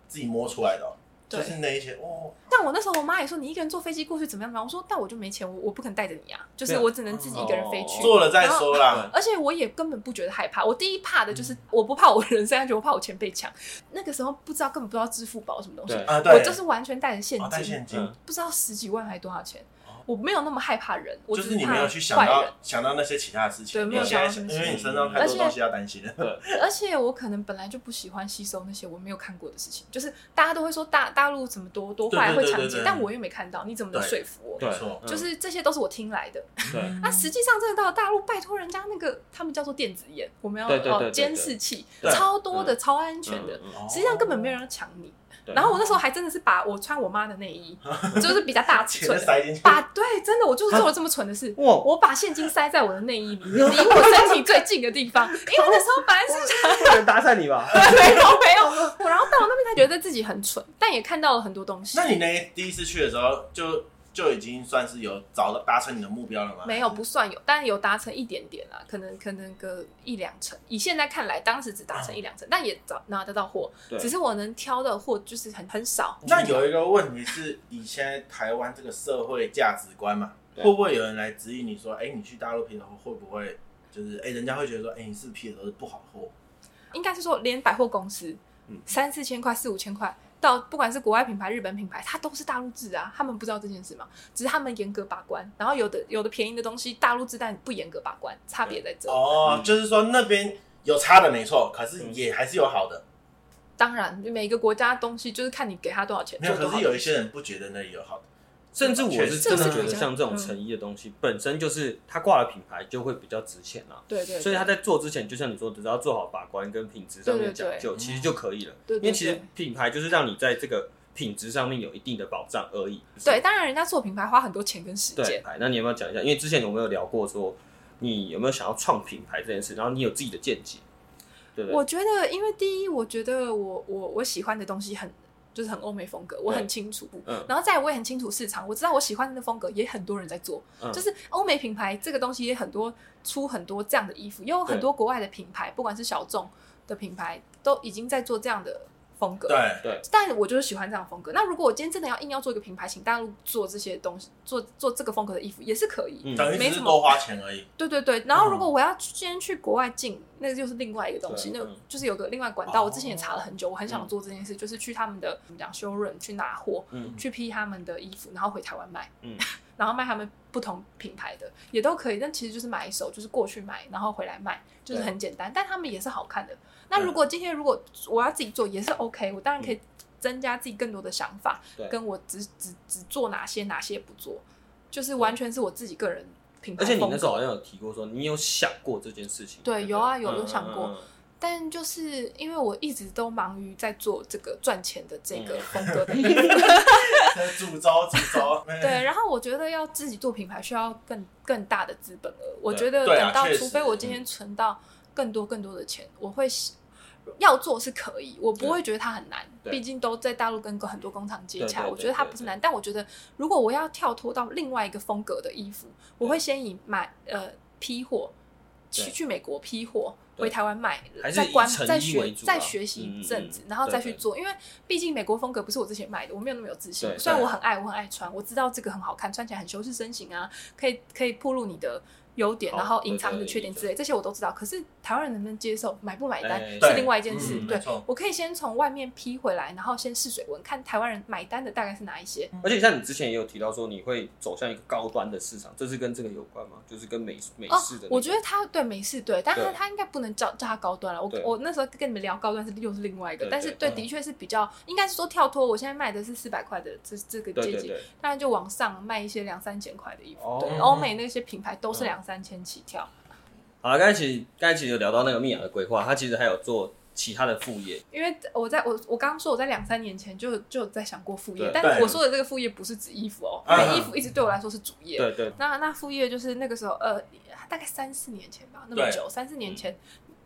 S2: 自己摸出来的哦、
S3: 对
S2: 就是那一些哦，
S3: 但我那时候我妈也说你一个人坐飞机过去怎么样怎么样，我说但我就没钱，我我不肯带着你啊，就是
S1: 对啊
S3: 我只能自己一个人飞去。
S2: 做哦了再说嗯啦。
S3: 而且我也根本不觉得害怕，我第一怕的就是我不怕我人身安全，我怕我钱被抢。那个时候不知道根本不知道支付宝什么东西，
S1: 对
S2: 啊，对，
S3: 我就是完全带着现
S2: 哦带
S3: 金，
S2: 现金
S1: 嗯，
S3: 不知道十几万还多少钱
S2: 哦，
S3: 我没有那么害怕人，我
S2: 就
S3: 只
S2: 是你
S3: 怕
S2: 没有去想
S3: 坏人
S2: 到。想到那些其他的事情，
S3: 对没有
S2: 你现在
S3: 想到那些
S2: 因为你身上太
S3: 而
S2: 多
S3: 且
S2: 东西要担心了。
S3: 而且我可能本来就不喜欢吸收那些我没有看过的事情，就是大家都会说大大陆怎么多多坏
S2: 对对
S3: 会
S2: 对
S3: 抢
S2: 对
S3: 劫
S2: 对，
S3: 但我又没看到，你怎么能说服我？
S1: 对
S2: 没错，哦
S1: 嗯
S3: 就是这些都是我听来的。
S1: 对
S2: 嗯
S3: 那实际上真的到了大陆，拜托人家那个他们叫做电子眼，我们要
S1: 对对对对
S3: 哦
S1: 对
S3: 监视器，
S1: 对
S3: 超多的，超安全的。
S1: 嗯嗯嗯
S2: 哦
S3: 实际上根本没有人要抢你。
S1: 对
S3: 然后我那时候还真的是把我穿我妈的内 衣，就是比较大尺
S2: 钱就
S3: 寸的，
S2: 塞进去，
S3: 把对真的我就是做了这么蠢的事。
S1: 哇，
S3: 我把现金塞在我的内衣里，离我身体最近的地方，因为我那时候本来是
S1: 不能搭讪你 吧？
S3: 没有没有。我 然后到了那边才觉得自己很蠢，但也看到了很多东西
S2: 那。你那第一次去的时候，就就已经算是有找到达成你的目标了吗？
S3: 没有不算有，但有达成一点点啦，可能可能个一两成。以现在看来，当时只达成一两
S2: 啊
S3: 成，但也找拿得到货，
S1: 对
S3: 只是我能挑的货就是很很少。
S2: 那有一个问题是，以现在台湾这个社会价值观嘛，会不会有人来指引你说，哎、你去大陆批的货会不会就是，哎、人家会觉得说，哎、你是批的都是不好的货，
S3: 应该是说连百货公司，
S1: 嗯
S3: 三四千块、四五千块，到不管是国外品牌、日本品牌，它都是大陆制啊，他们不知道这件事吗？只是他们严格把关，然后有的有的便宜的东西大陆制，但不严格把关，差别在这。
S2: 哦，
S1: 嗯
S2: 就是说那边有差的没错，可是也还是有好的。
S3: 当然，每个国家的东西就是看你给他多少钱
S2: 没有，
S3: 做多
S2: 可
S3: 少
S2: 是有一
S3: 东西
S2: 些人不觉得那里有好的，
S1: 甚至我是真的觉
S3: 这是
S1: 得
S3: 比较嗯
S1: 像这种成衣的东西，本身就是它挂了品牌就会比较值钱啊。
S3: 对对，对
S1: 所以他在做之前，就像你说的，只要做好把关跟品质上面的讲究，
S2: 对对对
S1: 其实就可以了。
S3: 对对
S1: 因为其实
S3: 对
S1: 品牌就是让你在这个品质上面有一定的保障而已。
S3: 对，当然人家做品牌花很多钱跟时
S1: 对
S3: 间，，
S1: 哎那你有没有讲一下？因为之前我们有聊过说，你有没有想要创品牌这件事，然后你有自己的见解，对不对？
S3: 我觉得，因为第一，我觉得我我我喜欢的东西很就是很欧美风格，我很清楚。
S1: 嗯
S3: 然后再来我也很清楚市场，我知道我喜欢的风格也很多人在做，
S1: 嗯
S3: 就是欧美品牌这个东西也很多出很多这样的衣服，也有很多国外的品牌，不管是小众的品牌，都已经在做这样的风格。
S2: 对，
S3: 但我就是喜欢这样的风格。那如果我今天真的要硬要做一个品牌，请大陆做这些东西，做做这个风格的衣服也是可以。
S1: 嗯
S2: 等于
S3: 没
S2: 只
S3: 什
S2: 是
S3: 么
S2: 多花钱而 已。
S3: 对对对，然后
S2: 嗯
S3: 如果我要去今天去国外进，那个就是另外一个东西，
S1: 对
S3: 那
S1: 嗯
S3: 就是有个另外管道。
S2: 哦
S3: 我之前也查了很久，我很想做这件事，就是去他们的怎么讲 showroom 去拿货，
S1: 嗯
S3: 去批他们的衣服，然后回台湾卖，
S1: 嗯
S3: 然后卖他们不同品牌的也都可以。但其实就是买一手，就是过去买，然后回来卖，就是
S1: 对
S3: 很简单。但他们也是好看的。那如果今天如果我要自己做也是 OK，我当然可以增加自己更多的想法，
S1: 嗯对
S3: 跟我只只只做哪些哪些不做，就是完全是我自己个人品牌
S1: 而
S3: 风格。
S1: 且你那时候好像有提过说，你有想过这件事情。
S3: 对
S1: 不
S3: 有啊有
S1: 嗯
S3: 有想过
S1: 嗯嗯
S3: 但就是因为我一直都忙于在做这个赚钱的这个
S1: 嗯
S3: 风格的衣服，
S2: 煮粥，煮粥。
S1: 哎
S3: 对。然后我觉得要自己做品牌需要更更大的资本额，我觉得
S2: 对啊
S3: 等到
S2: 确实
S3: 除非我
S1: 嗯
S3: 今天存到更多更多的钱，我会喜要做是可以，我不会觉得它很难，
S1: 对
S3: 毕竟都在大陆跟很多工厂接
S1: 对
S3: 洽，
S1: 对对
S3: 我觉得它不是难。但我觉得如果我要跳脱到另外一个风格的衣服，我会先以买呃批货去
S1: 对
S3: 去美国批货。
S1: 对
S3: 回台湾卖
S1: 还，是
S3: 再
S1: 以
S3: 观
S1: 成
S3: 再
S1: 衣为
S3: 学
S1: 主啊
S3: 再学习
S1: 嗯嗯
S3: 一阵子
S1: 嗯，
S3: 然后再
S1: 对
S3: 去
S1: 对
S3: 做，因为毕竟美国风格不是我之前买的，我没有那么有自信
S1: 对。
S3: 虽然
S1: 对
S3: 我很爱，我很爱穿，我知道这个很好看，穿起来很修饰身形啊，可以可以暴露你的优点，
S1: 好
S3: 然后隐藏你的
S1: 对对
S3: 缺点之类，这些我都知道。可是台湾人能不能接受，买不买单
S1: 哎
S3: 是
S1: 对
S3: 另外一件事。
S1: 嗯
S3: 对
S2: 没错，
S3: 我可以先从外面批回来，然后先试水温，看台湾人买单的大概是哪一些。
S1: 而且像你之前也有提到说，你会走向一个高端的市场，这是跟这个有关吗？就是跟美美
S3: 哦
S1: 式的那个、，
S3: 我觉得他对美式对，但他
S1: 对
S3: 他应该不能叫叫他高端了。我
S1: 对
S3: 我那时候跟你们聊高端是又是另外一个，
S1: 对
S3: 但是
S1: 对
S2: 嗯
S3: 对，的确是比较应该是说跳脱。我现在卖的是四百块的这这个
S1: 对
S3: 阶
S1: 对
S3: 级，
S1: 对，
S3: 当然就往上卖一些两三千块的衣服。
S1: 哦
S3: 对，
S2: 嗯
S3: 欧美那些品牌都
S1: 嗯
S3: 是两三千起跳。
S1: 好了，刚才其实刚才其实有聊到那个蜜雅的规划，他其实还有做其他的副业，
S3: 因为我在我我刚刚说我在两三年前就就有在想过副业
S1: 对，
S3: 但
S2: 对
S3: 我说的这个副业不是指衣服哦，因
S2: 嗯
S3: 为衣服一直对我来说是主业。
S1: 对对
S3: 那那副业就是那个时候，呃，大概三四年前吧，那么
S2: 对
S3: 久，三四年前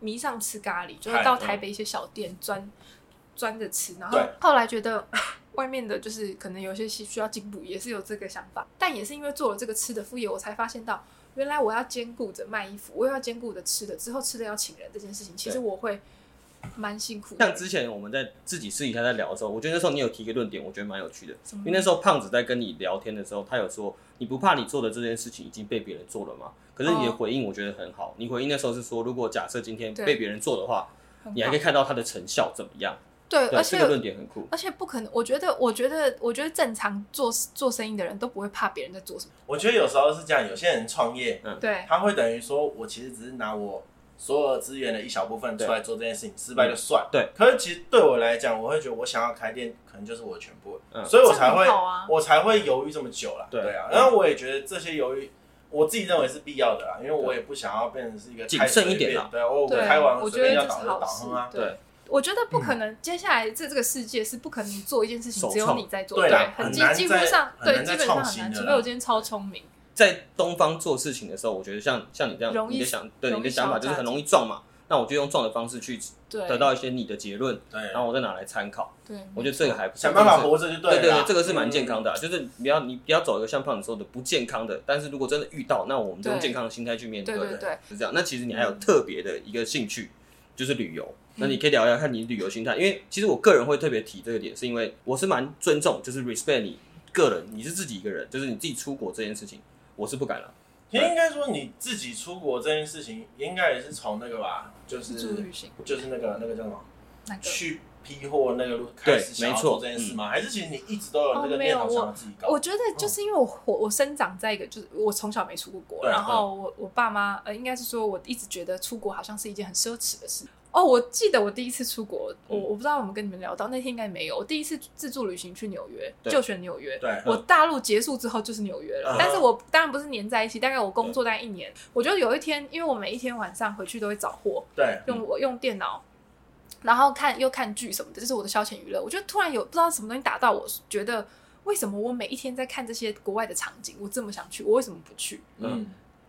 S3: 迷上吃咖喱，就是
S1: 嗯
S3: 到
S2: 嗨
S3: 台北一些小店钻钻着吃，然后
S2: 对
S3: 后来觉得外面的就是可能有些需要进步，也是有这个想法，但也是因为做了这个吃的副业，我才发现到原来我要兼顾着卖衣服，我又要兼顾着吃的，之后吃的要请人这件事情，其实
S1: 对
S3: 我会蛮辛苦的。
S1: 像之前我们在自己私底下在聊的时候，我觉得那时候你有提一个论点，我觉得蛮有趣的。
S3: 什
S1: 因
S3: 么
S1: 为那时候胖子在跟你聊天的时候，他有说你不怕你做的这件事情已经被别人做了吗？可是你的
S3: 哦
S1: 回应我觉得很好，你回应那时候是说，如果假设今天
S3: 对
S1: 被别人做的话，
S3: 很
S1: 你还
S3: 好
S1: 可以看到它的成效怎么样。
S3: 对，
S1: 对，
S3: 而
S1: 这
S3: 且
S1: 个论点很酷。
S3: 而且不可能，我觉得，我觉得，我觉得正常做做生意的人都不会怕别人在做什么。
S2: 我觉得有时候是这样，有些人创业，
S3: 对，
S2: 他会等于说我其实只是拿我所有资源的一小部分
S1: 对嗯
S2: 出来做这件事情，失败就算。
S1: 对。
S2: 可是其实对我来讲，我会觉得我想要开店，可能就是我全部，
S1: 嗯
S2: 所以我才
S3: 这
S2: 会
S3: 很好啊
S2: 我才会犹豫这么久啦。
S1: 对
S2: 对啊，
S1: 嗯
S2: 然后我也觉得这些犹豫。我自己认为是必要的啦，因为我也不想要变成是一个
S1: 谨
S2: 太
S1: 慎
S2: 随
S1: 一点
S2: 便
S1: 啦
S2: 对，啊我我
S3: 对啊
S2: 开完
S3: 我
S2: 随
S3: 觉得
S2: 便
S3: 这
S2: 要倒
S3: 是
S2: 就
S3: 好
S2: 倒
S3: 事
S2: 嗯啊，
S1: 对，
S3: 我觉得不可能，接下来这这个世界是不可能做一件事情
S1: 手
S3: 只有
S1: 创
S3: 你在做，
S2: 对
S3: 对
S2: 啦，
S3: 很
S2: 很
S3: 几
S2: 难
S3: 几乎
S2: 再
S3: 上
S2: 很
S3: 对
S2: 难
S3: 基
S2: 再
S3: 本上
S2: 创
S3: 很
S2: 新
S3: 难，
S2: 的
S3: 除
S2: 啦
S3: 非我今天超聪明，
S1: 在东方做事情的时候，我觉得像像你这样，
S3: 容易
S1: 你的想对
S3: 容易
S1: 你的想法就是很容易撞嘛。那我就用撞的方式去
S3: 对
S1: 得到一些你的结论，
S2: 对，啊
S1: 然后我再拿来参考。
S3: 对，
S1: 我觉得这个还不错
S2: 想办法
S1: 这个是
S2: 活着就
S1: 对
S2: 了啦。
S1: 对，这个是蛮健
S2: 嗯
S1: 康的啊、就是不要你不要走一个像胖子说的不健康的，但是如果真的遇到，那我们就用
S3: 对
S1: 健康的心态去面
S3: 对嗯对对，
S1: 是这样。那其实你还有特别的一个兴趣，就是旅游。那
S3: 嗯
S1: 你可以聊一聊看你旅游心态，因为其实我个人会特别提这个点，是因为我是蛮尊重，就是 respect 你个人，你是自己一个人，就是你自己出国这件事情。我是不敢了。
S2: 其实应该说你自己出国这件事情，应该也是从那个吧，就
S3: 自助旅
S2: 是
S3: 行
S2: 就是那个那个叫什么
S3: 那个。
S2: 去批货那个路
S1: 对
S2: 开始想要
S1: 没错
S2: 做这件事吗？还是其实你一直都有那个
S3: 哦没
S2: 念
S3: 有
S2: 头想要自己搞？嗯
S3: 我觉得就是因为我活我生长在一个就是我从小没出过国，
S2: 对啊
S3: 然后我我爸妈呃应该是说我一直觉得出国好像是一件很奢侈的事。哦，我记得我第一次出国，我
S1: 嗯
S3: 我不知道我们跟你们聊到那天应该没有。我第一次自助旅行去纽约，
S1: 对
S3: 就选纽约。
S2: 对
S3: 我大陆结束之后就是纽约了，
S2: 嗯
S3: 但是我当然不是黏在一起，大概我工作大概一年，我就有一天，因为我每一天晚上回去都会找货，
S2: 对，
S3: 用我用电脑，然后看又看剧什么的，这是我的消遣娱乐。我就突然有不知道什么东西打到我，觉得为什么我每一天在看这些国外的场景，我这么想去，我为什么不去？
S2: 嗯，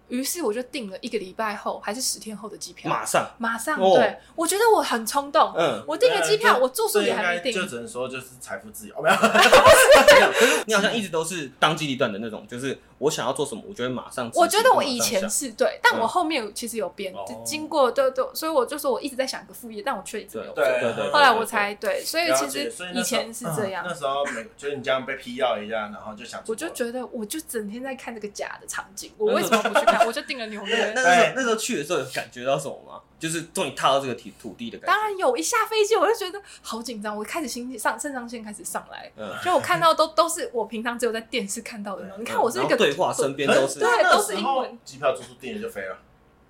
S3: 于是我就订了一个礼拜后还是十天后的机票，
S1: 马上，
S3: 马上、
S1: 哦
S3: 对，我觉得我很冲动，
S1: 嗯，
S3: 我订了机票，
S2: 对
S3: 我住宿
S2: 呃这
S3: 也
S2: 应
S3: 还没
S2: 该
S3: 订，
S2: 就只能说就是财富自由，哦 没有？
S1: 可是你好像一直都是当机立断的那种，就是我想要做什么，我就会马上执行。
S3: 我觉得我
S1: 马上
S3: 以前
S1: 想
S3: 是对，但我
S1: 嗯
S3: 后面其实有变，
S2: 哦
S3: 就经过对对，所以我就说我一直在想一个副业，但我却一直没有做。
S2: 对
S1: 对对。
S3: 后来
S1: 对
S3: 我，才对，所以
S2: 了
S3: 其
S2: 解
S3: 实
S2: 所以那
S3: 以
S2: 时候嗯
S3: 前是这样
S2: 那。时候每就是你这样被批掉一下，然后就想出国，
S3: 我就觉得，我就整天在看这个假的场景，我为什么不去看？我就订了纽
S1: 对
S3: 约
S1: 那。那时候那时候去的时候有感觉到什么吗？就是终于踏到这个土土地的感觉。
S3: 当然有，一下飞机我就觉得好紧张，我开始心上肾上腺开始上来，
S1: 嗯，
S3: 就我看到都都是我平常只有在电视看到的那种。你看我是
S1: 嗯
S3: 一
S1: 然
S3: 个
S1: 后对话，身边
S2: 可
S1: 都
S2: 是
S1: 是。
S3: 对
S2: 那
S3: 都是
S2: 时
S3: 英
S2: 候
S3: 文
S2: 机票住宿订了就飞了，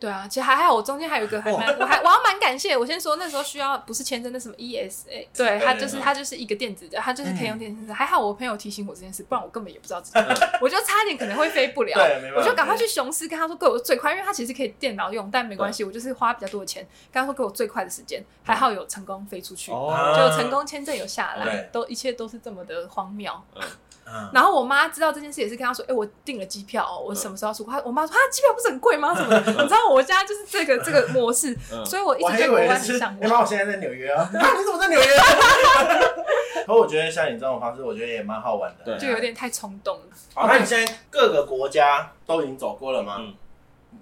S3: 对啊，其实还好，我中间还有一个还蛮，我还我要蛮感谢。我先说那时候需要不是签证，那什么 ESA，对，它就是它就是一个电子的，它就是可以用电子的。还好我朋友提醒我这件事，不然我根本也不知道自己， 我就差点可能会飞不了。
S2: 对，没办法，
S3: 我就赶快去雄狮跟他说给我最快，因为他其实可以电脑用，但没关系，我就是花比较多的钱，跟他说给我最快的时间，还好有成功飞出去，
S1: 哦，
S3: 就成功签证有下来
S2: 对，
S3: 都一切都是这么的荒谬。
S2: 嗯，
S3: 然后我妈知道这件事也是跟她说，哎、我订了机票、哦，我什么时候要出国？她我妈说，啊，机票不是很贵吗？什么的？你知道我家就是这个这个模式，
S1: 嗯
S3: 所以我一
S2: 我
S3: 直
S2: 还
S3: 在
S2: 以
S3: 国
S2: 为
S3: 外
S2: 是，
S3: 很
S2: 哎
S3: 向往。
S2: 妈，我现在在纽约啊， 啊你怎么在纽约？可我觉得像你这种方式，我觉得也蛮好玩的，
S1: 对
S3: 就有。点太冲动了。
S2: 好，那你现在各个国家都已经走过了吗？
S1: 嗯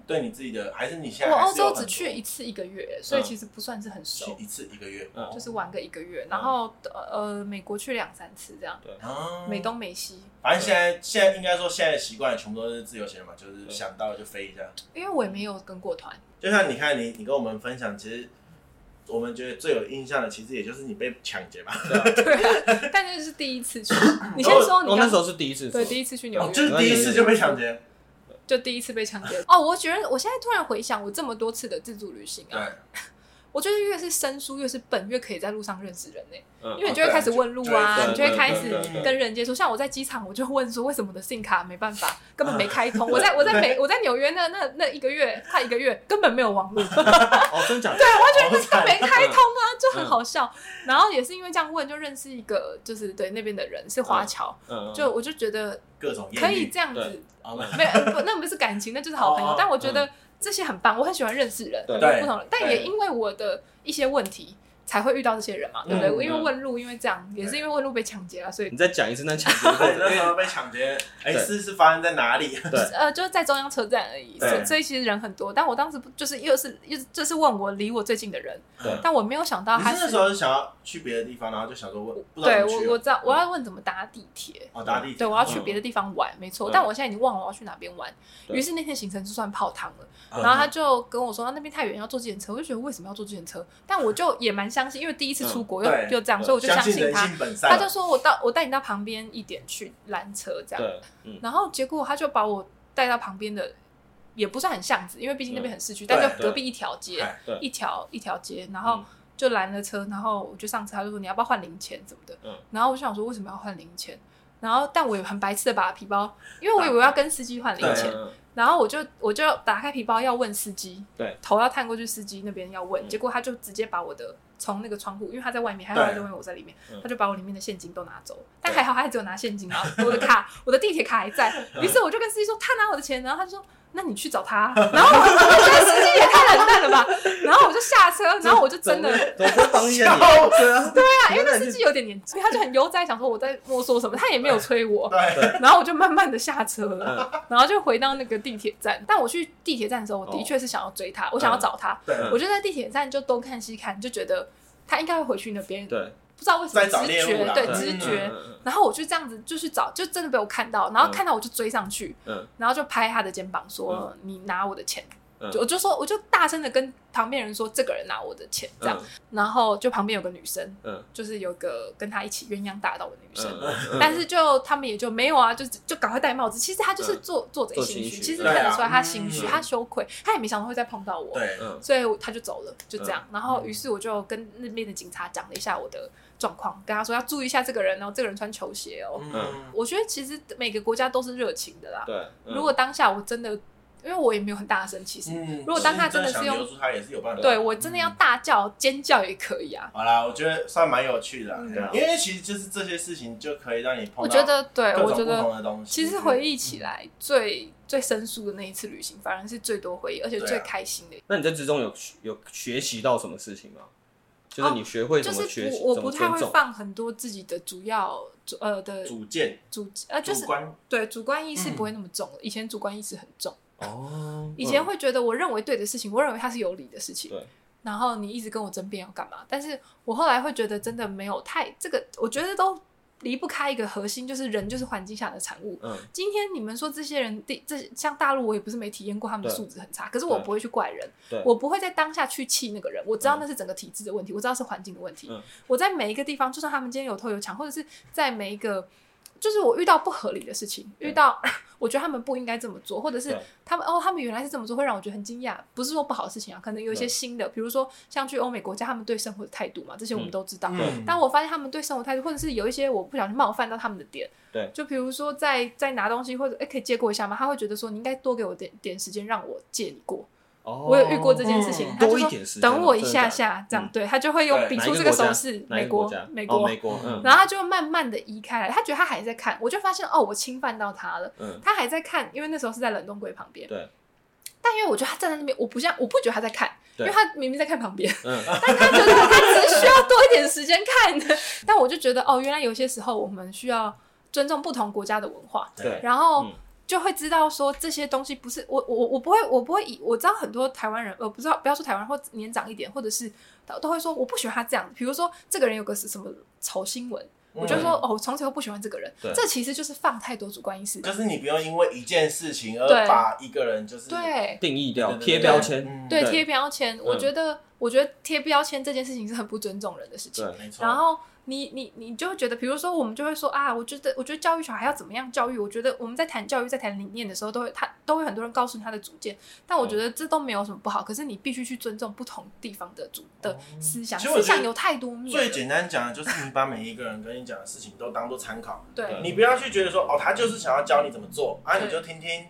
S2: 对你自己的，还是你现
S3: 我
S2: 在还
S3: 欧
S2: 是有
S3: 洲
S2: 很多
S3: 只去一次一个月，所以其实不算是很熟，
S2: 去一次一个月，
S1: 嗯
S3: 就是玩个一个月。然后呃呃，美国去两三次这样，
S2: 啊
S3: 美东美西。
S2: 反正现在现在应该说现在的习惯全部都是自由行了嘛，就是想到就飞一下。
S3: 因为我也没有跟过团，
S2: 就像你看你你跟我们分享，其实我们觉得最有印象的，其实也就是你被抢劫吧，
S3: 对啊，但那是第一次去。你先说，你
S1: 哦我那
S3: 刚
S1: 时候是第一次说，
S3: 对第一次去纽
S2: 哦
S3: 约，
S2: 就是第一次就被抢劫。
S3: 就第一次被强奸。哦，我觉得我现在突然回想我这么多次的自助旅行
S2: 对，
S3: 啊，我觉得越是生疏越是笨，越可以在路上认识人呢、
S1: 嗯
S3: 因为你就会开始问路啊，
S2: 对
S3: 你就会开
S2: 对
S3: 始
S2: 对对
S3: 跟人接触。像我在机场，我就问说为什么我的信卡没办法，根本没开通。我在我在美我在纽约那那那一个月快一个月根本没有网络，
S1: 哦，真假的？嗯对，
S2: 完全
S3: 他没开通啊，就很好笑。然后也是因为这样问，就认识一个就是对那边的人是华侨，
S1: 嗯，
S3: 就我就觉得
S2: 各种艳
S3: 可以
S2: 遇
S3: 这样子
S1: 对，
S2: 好吧
S3: 没有呃不那不是感情，那就是好朋
S2: 哦哦
S3: 友。但我觉得这些很棒，我很喜欢认识人，
S1: 对
S3: 有不同人，但
S2: 对
S3: 也因为我的一些问题。才会遇到这些人嘛，对不
S2: 嗯
S3: 对？因为
S1: 嗯
S3: 问路，因为这样，也是
S2: 对
S3: 因为问路被抢劫了，所以
S1: 你再讲一次那抢劫的过
S2: 对，
S1: 程，
S2: 那时
S1: 因为
S2: 候被抢劫，哎，
S1: 对
S2: 是是发生在哪里？
S1: 对
S3: 呃，就是在中央车站而已，
S2: 对
S3: 所以所以其实人很多。但我当时不就是又是又是就是问我离我最近的人，
S1: 对
S3: 但我没有想到
S2: 你
S3: 他
S2: 是那
S3: 是
S2: 时候想要去别的地方，然后就想说问，不知道
S3: 对
S2: 怎么去
S3: 我我知道我要问怎么搭地铁，
S2: 哦打地
S3: 对，
S2: 铁，
S3: 我要去别的地方玩，没错。
S1: 对
S3: 但我现在已经忘了我要去哪边玩，
S1: 对
S3: 于是那天行程就算泡汤了。
S2: 嗯
S3: 然后他就跟我说，他那边太远，要坐自行车。我就觉得为什么要坐自行车？但我就也蛮相信，因为第一次出国又、
S2: 嗯对
S3: 又这样，所以我就
S2: 相
S3: 信
S2: 人
S3: 他。
S2: 性本善，
S3: 他就说我到我带你到旁边一点去拦车这样，
S1: 对，嗯，
S3: 然后结果他就把我带到旁边的，也不算很巷子，因为毕竟那边很市区，但
S2: 对
S3: 就隔壁一条街
S2: 哎，
S1: 对
S3: 一条一条街，然后就拦了车，然后我就上车，他就说你要不要换零钱什么的，
S1: 嗯
S3: 然后我就想说为什么要换零钱，然后但我也很白痴的把皮包，因为我以为我要跟司机换零
S2: 对
S3: 钱，
S1: 嗯嗯
S3: 然后我就我就打开皮包要问司机，
S1: 对，
S3: 头要探过去司机那边要问，
S1: 嗯
S3: 结果他就直接把我的从那个窗户，因为他在外面，还好他在外面，我在里面
S1: 嗯，
S3: 他就把我里面的现金都拿走，但还好他还只有拿现金啊，我的卡，我的地铁卡还在，
S1: 嗯
S3: 于是我就跟司机说他拿我的钱，然后他就说。那你去找他啊，然后我就觉得司机也太冷淡了吧，然后我就下车，然后我就 真的
S1: 怎么会帮一下你？
S2: 笑
S1: 对啊，对啊
S3: 因为那司机有点年纪，他就很悠哉，想说我在摸索什么，他也没有催我。
S2: 对，
S3: 然后我就慢慢的下车
S2: 嗯
S3: 了， 然后就回到那个地铁站。但我去地铁站的时候，我
S2: 哦
S3: 的确是想要追他，我想要找他。
S2: 对
S1: 嗯
S3: 我就在地铁站就东看西看，就觉得他应该会回去那边。
S1: 对，
S3: 知道为什么
S2: 在找
S3: 直
S2: 猎物
S3: 觉
S2: 啦
S3: 对
S2: 嗯
S3: 直
S2: 嗯嗯
S3: 觉，
S1: 嗯
S3: 然后我就这样子就去找，就真的被我看到，然后看到我就追上去，
S1: 嗯
S3: 然后就拍他的肩膀说：“你拿我的钱。
S1: 嗯
S3: 就我就说，我就大声的跟旁边人说：“这个人拿我的钱。”这
S2: 嗯
S3: 样，然后就旁边有个女生，
S1: 嗯
S3: 就是有个跟他一起鸳鸯打到的女生，
S1: 嗯
S3: 但是就他们也就没有啊，就就赶快戴帽子。其实他就是
S1: 嗯
S3: 做作者
S1: 做心
S3: 心虚，
S1: 虚
S3: 其实
S1: 对
S3: 看得
S2: 啊
S3: 出来他
S2: 嗯
S3: 心
S1: 嗯
S3: 虚，他羞愧，他也没想到会再碰到我。
S2: 对，嗯
S1: 嗯
S3: 所以我他就走了，就这样。然后于是我就跟那边的警察讲了一下我的状况，跟他说要注意一下这个人哦，这个人穿球鞋哦。
S2: 嗯，
S3: 我觉得其实每个国家都是热情的啦。
S1: 对，嗯
S3: 如果当下我真的，因为我也没有很大声，其实、
S2: 嗯，
S3: 如果当下真的是
S2: 想
S3: 用
S2: 留住他也是有办法，
S3: 对我真的要
S2: 嗯
S3: 大叫、尖叫也可以啊。
S2: 好啦，我觉得算蛮有趣的啦，
S3: 嗯
S2: 对啊因为其实就是这些事情就可以让你碰到
S3: 我觉得，对
S2: 各
S3: 我
S2: 种
S3: 觉
S2: 不
S3: 得
S2: 同的东西。
S3: 其实回忆起来最、最生疏的那一次旅行，反而是最多回忆，而且
S2: 对啊
S3: 最开心的。
S1: 那你在之中有有学习到什么事情吗？就是你学会
S3: 哦就
S1: 怎么
S3: 是
S1: 学习，
S3: 我我
S1: 怎
S3: 不
S1: 么
S3: 太
S1: 尊
S3: 会
S1: 重，
S3: 放很多自己的主要主呃的
S2: 组建、
S3: 主呃就是
S2: 主观
S3: 对主观意识
S2: 嗯
S3: 不会那么重了，以前主观意识很重，
S1: 哦，
S3: 以前会觉得我认为对的事情，我认为它是有理的事情，
S1: 对
S3: 然后你一直跟我争辩要干嘛？但是我后来会觉得真的没有太这个，我觉得都离不开一个核心，就是人就是环境下的产物。
S1: 嗯
S3: 今天你们说这些人，第这像大陆，我也不是没体验过他们的
S1: 对
S3: 素质很差，可是我
S1: 对
S3: 不会去怪人
S1: 对，
S3: 我不会在当下去气那个人，我知道那是整个体制的问题，我知道是环境的问题。
S1: 嗯
S3: 我在每一个地方，就算他们今天有偷有抢，或者是在每一个，就是我遇到不合理的事情，
S1: 对
S3: 遇到 我觉得他们不应该这么做，或者是
S1: 对
S3: 他们哦，他们原来是这么做，会让我觉得很惊讶。不是说不好的事情啊，可能有一些
S1: 对
S3: 新的，比如说像去欧美国家，他们对生活的态度嘛，这些我们
S1: 嗯
S3: 都知道。
S2: 嗯
S3: 但我发现他们对生活态度，或者是有一些我不小心冒犯到他们的点，
S1: 对
S3: 就比如说在在拿东西或者哎可以借过一下吗？他会觉得说你应该多给我点点时间让我借你过，
S1: 哦
S3: 我有遇过这件事情，
S2: 嗯
S3: 他就
S1: 多一
S3: 说
S1: 点时间
S3: 等
S1: 嘛
S3: 我一
S1: 真的假
S3: 下
S1: 的
S3: 下这样，
S1: 嗯
S3: 对他就会用
S2: 对
S3: 比
S1: 哪
S3: 出
S1: 一
S3: 这
S1: 个国
S3: 个手
S1: 家
S3: 势，
S1: 哪一
S3: 美
S1: 个国
S3: 国
S1: 家
S3: 美
S1: 哦
S3: 国，
S1: 美国，嗯
S3: 然后他就慢慢的移开来，他觉得他还在看，我就发现哦，我侵犯到他了，
S1: 嗯，
S3: 他还在看，因为那时候是在冷冻柜旁边，
S1: 对，
S3: 但因为我觉得他站在那边，我不像我不觉得他在看，因
S1: 对
S3: 为他明明在看旁边，
S1: 嗯
S3: 但他觉得他只需要多一点时间看。 但我就觉得，哦，原来有些时候我们需要尊重不同国家的文化，
S1: 对，
S3: 然后
S1: 嗯
S3: 就会知道说这些东西不是我我我我不会我不会以我知道很多台湾人，呃，不知道不要说台湾人或年长一点，或者是都都会说我不喜欢他这样。比如说这个人有个是什么丑新闻，我就说
S2: 嗯
S3: 哦，我从此以后不喜欢这个人
S1: 对。
S3: 这其实就是放太多主观意识，
S2: 就是你不用因为一件事情
S3: 对
S2: 而把一个人就是
S3: 对。
S1: 定义掉
S2: 对对
S1: 贴
S2: 对
S1: 标签，
S2: 嗯
S3: 对
S1: 对
S3: 贴标签，我
S1: 嗯
S3: 觉得，我觉得贴标签这件事情是很不尊重人的事情。
S1: 对
S2: 没错。
S3: 然后你你你就会觉得，比如说我们就会说啊，我觉得我觉得教育小孩要怎么样教育，我觉得我们在谈教育在谈理念的时候，都会他都会很多人告诉你他的主见，但
S2: 嗯
S3: 我觉得这都没有什么不好，可是你必须去尊重不同地方的主的思想，
S2: 哦其实我
S3: 思
S2: 觉得
S3: 想有太多面了，
S2: 最简单讲的就是你把每一个人跟你讲的事情都当做参考，
S3: 对
S1: 对
S2: 你不要去觉得说哦，他就是想要教你怎么做啊，
S3: 对
S2: 你就听听，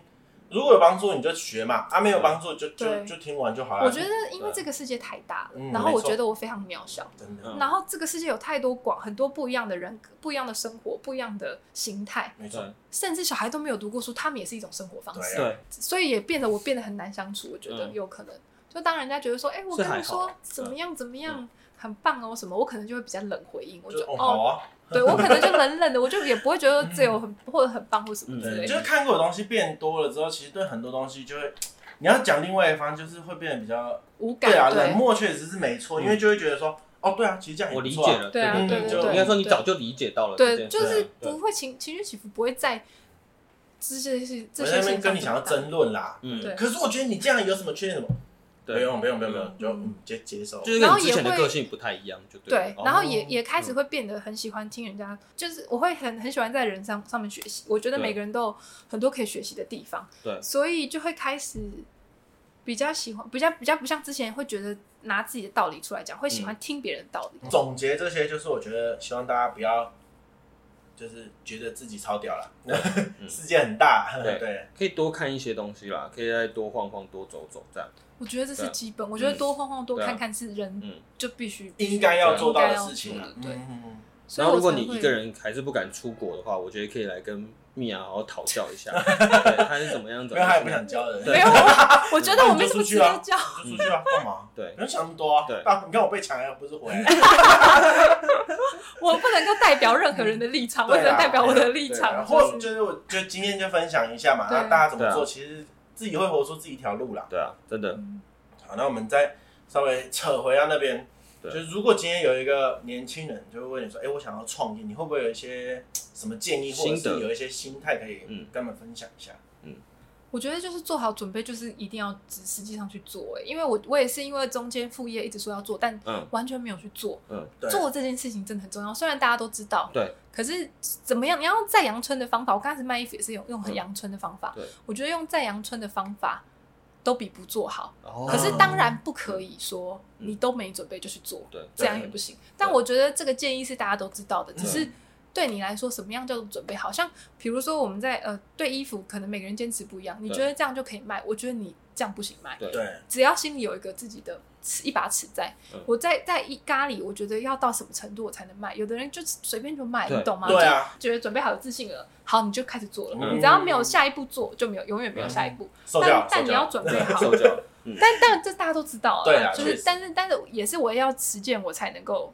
S2: 如果有帮助你就学嘛，啊没有帮助就就
S3: 对
S2: 就听完就好了。
S3: 我觉得，因为这个世界太大了
S2: 嗯，
S3: 然后我
S2: 没错
S3: 觉得我非常渺小，
S2: 真的
S1: 嗯
S3: 然后这个世界有太多广很多不一样的人、不一样的生活、不一样的形态，
S2: 没错
S1: 对，
S3: 甚至小孩都没有读过书，他们也是一种生活方式
S2: 对。啊
S1: 对，
S3: 所以也变得我变得很难相处，我觉得
S1: 嗯
S3: 有可能。就当人家觉得说，哎、我
S1: 是
S3: 跟你
S1: 还好
S3: 说
S1: 啊
S3: 怎么样怎么样，很棒哦什么，我可能就会比较冷回应，我就
S2: 嗯就哦
S3: 哦，
S2: 好啊，
S3: 对我可能就冷冷的，我就也不会觉得这有很或者很棒或什么之
S2: 对，
S3: 类
S2: 就
S3: 的。
S2: 是看过的东西变多了之后，其实对很多东西就会，你要讲另外一方就是会变得比较
S3: 无感
S2: 对啊，冷
S3: 对
S2: 漠确实是没错，
S1: 嗯
S2: 因为就会觉得说哦对啊，其实这样也
S1: 我
S2: 不
S1: 理
S2: 错
S1: 解
S2: 啊
S1: 了，
S3: 对啊
S1: 对
S2: 对对
S1: 就
S2: 对
S1: 应该说你
S3: 对
S1: 早就理解到了这
S3: 对，
S1: 件事，
S2: 啊
S3: 就是
S1: 对
S3: 不会情情绪起伏不会在这些事这
S2: 我
S3: 些
S2: 在那
S3: 事
S2: 边
S3: 情
S2: 跟你想要争论啦，
S1: 嗯，
S3: 对
S2: 可是我觉得你这样有什么缺点什么？不
S1: 对，
S2: 用不用不用不用
S1: 嗯，
S2: 你就嗯接接受。
S1: 就是
S3: 然
S1: 跟
S3: 后
S1: 你之
S3: 也
S1: 前的
S3: 会
S1: 个性不太一样，就
S3: 对
S1: 对了，
S3: 然后
S1: 哦
S3: 也也开始
S1: 嗯
S3: 会变得很喜欢听人家，就是我会很很喜欢在人上上面学习。我觉得
S1: 对
S3: 每个人都有很多可以学习的地方，
S1: 对
S3: 所以就会开始比较喜欢，比较比较不像之前会觉得拿自己的道理出来讲，会喜欢听别人的道理。
S2: 总结这些，就是我觉得希望大家不要，就是觉得自己超屌了， 世界很大，
S1: 嗯对
S2: 对，
S1: 可以多看一些东西啦，可以再多晃晃、多走走这样。
S3: 我觉得这是
S1: 对啊
S3: 基本，我觉得多晃晃、多
S1: 对啊
S3: 看看是人
S1: 嗯
S3: 就必须
S2: 应该要做到
S3: 应
S2: 的
S3: 该要
S2: 事情啊
S3: 做的，对
S2: 嗯，
S3: 所以
S1: 然后
S3: 我
S1: 如果
S3: 才
S1: 你
S3: 会
S1: 一个人还是不敢出国的话，我觉得可以来跟蜜雅好好讨教 一下，对，他是怎么样
S2: 因
S1: 怎
S2: 为
S1: 么
S2: 他也
S1: 样
S2: 不。想教人，
S3: 没
S1: 对
S3: 有，啊我我觉得我
S2: 那
S3: 没
S2: 你就
S3: 什么
S2: 出
S3: 资
S2: 去啊
S3: 格教。
S2: 就出去啊，干嘛？
S1: 对
S2: 不用想那么多啊
S1: 对，
S2: 啊，你看我啊被抢了，又不 是回来，
S3: 我不能够代表任何人的立场，我只
S2: 对
S3: 能
S2: 啊
S3: 代表我的立场。
S2: 或
S3: 就是
S2: 就是我就今天就分享一下嘛，
S3: 对
S2: 那大家怎么
S1: 对啊
S2: 做，其实自己会活出自己一条路啦。
S1: 对啊，真的，
S3: 嗯
S2: 好，那我们再稍微扯回到那边，
S1: 对
S2: 就是如果今天有一个年轻人就会问你说，哎、我想要创业，你会不会有一些什么建议，或者
S1: 心得
S2: 是有一些心态可以
S1: 嗯
S2: 跟他们分享一下？
S3: 我觉得就是做好准备，就是一定要实实际上去做、欸。因为我我也是因为中间副业一直说要做，但
S1: 嗯
S3: 完全没有去做。
S1: 嗯，
S2: 对，
S3: 做这件事情真的很重要，虽然大家都知道，
S1: 对，
S3: 可是怎么样？你要用在阳春的方法，我刚开始卖衣服也是用用很阳春的方法。
S1: 嗯对
S3: 我觉得用在阳春的方法都比不做好。
S1: 哦
S3: 可是当然不可以说
S1: 嗯
S3: 你都没准备就去做，
S1: 对
S3: 这样也 不行。但我觉得这个建议是大家都知道的，只是
S1: 嗯
S3: 对你来说什么样叫做准备好？像比如说我们在呃对衣服，可能每个人坚持不一样，你
S1: 对
S3: 觉得这样就可以卖，我觉得你这样不行卖。
S1: 对
S2: 对，
S3: 只要心里有一个自己的尺一把尺在，
S1: 嗯
S3: 我在在一咖喱，我觉得要到什么程度我才能卖？有的人就随便就卖，
S1: 对
S3: 你懂吗？
S2: 对啊
S3: 就觉得准备好有自信了，好你就开始做了。
S1: 嗯
S3: 你只要没有下一步做，就没有永远没有下一步。
S2: 嗯受教
S3: 但
S2: 了，
S3: 但
S2: 受
S3: 你
S2: 教
S3: 要
S2: 了
S3: 准备 好，
S1: 受教，
S3: 但但这大家都知道啊，
S2: 对啊
S3: 就
S2: 确
S3: 是
S2: 实
S3: 但是但是也是我要实践，我才能够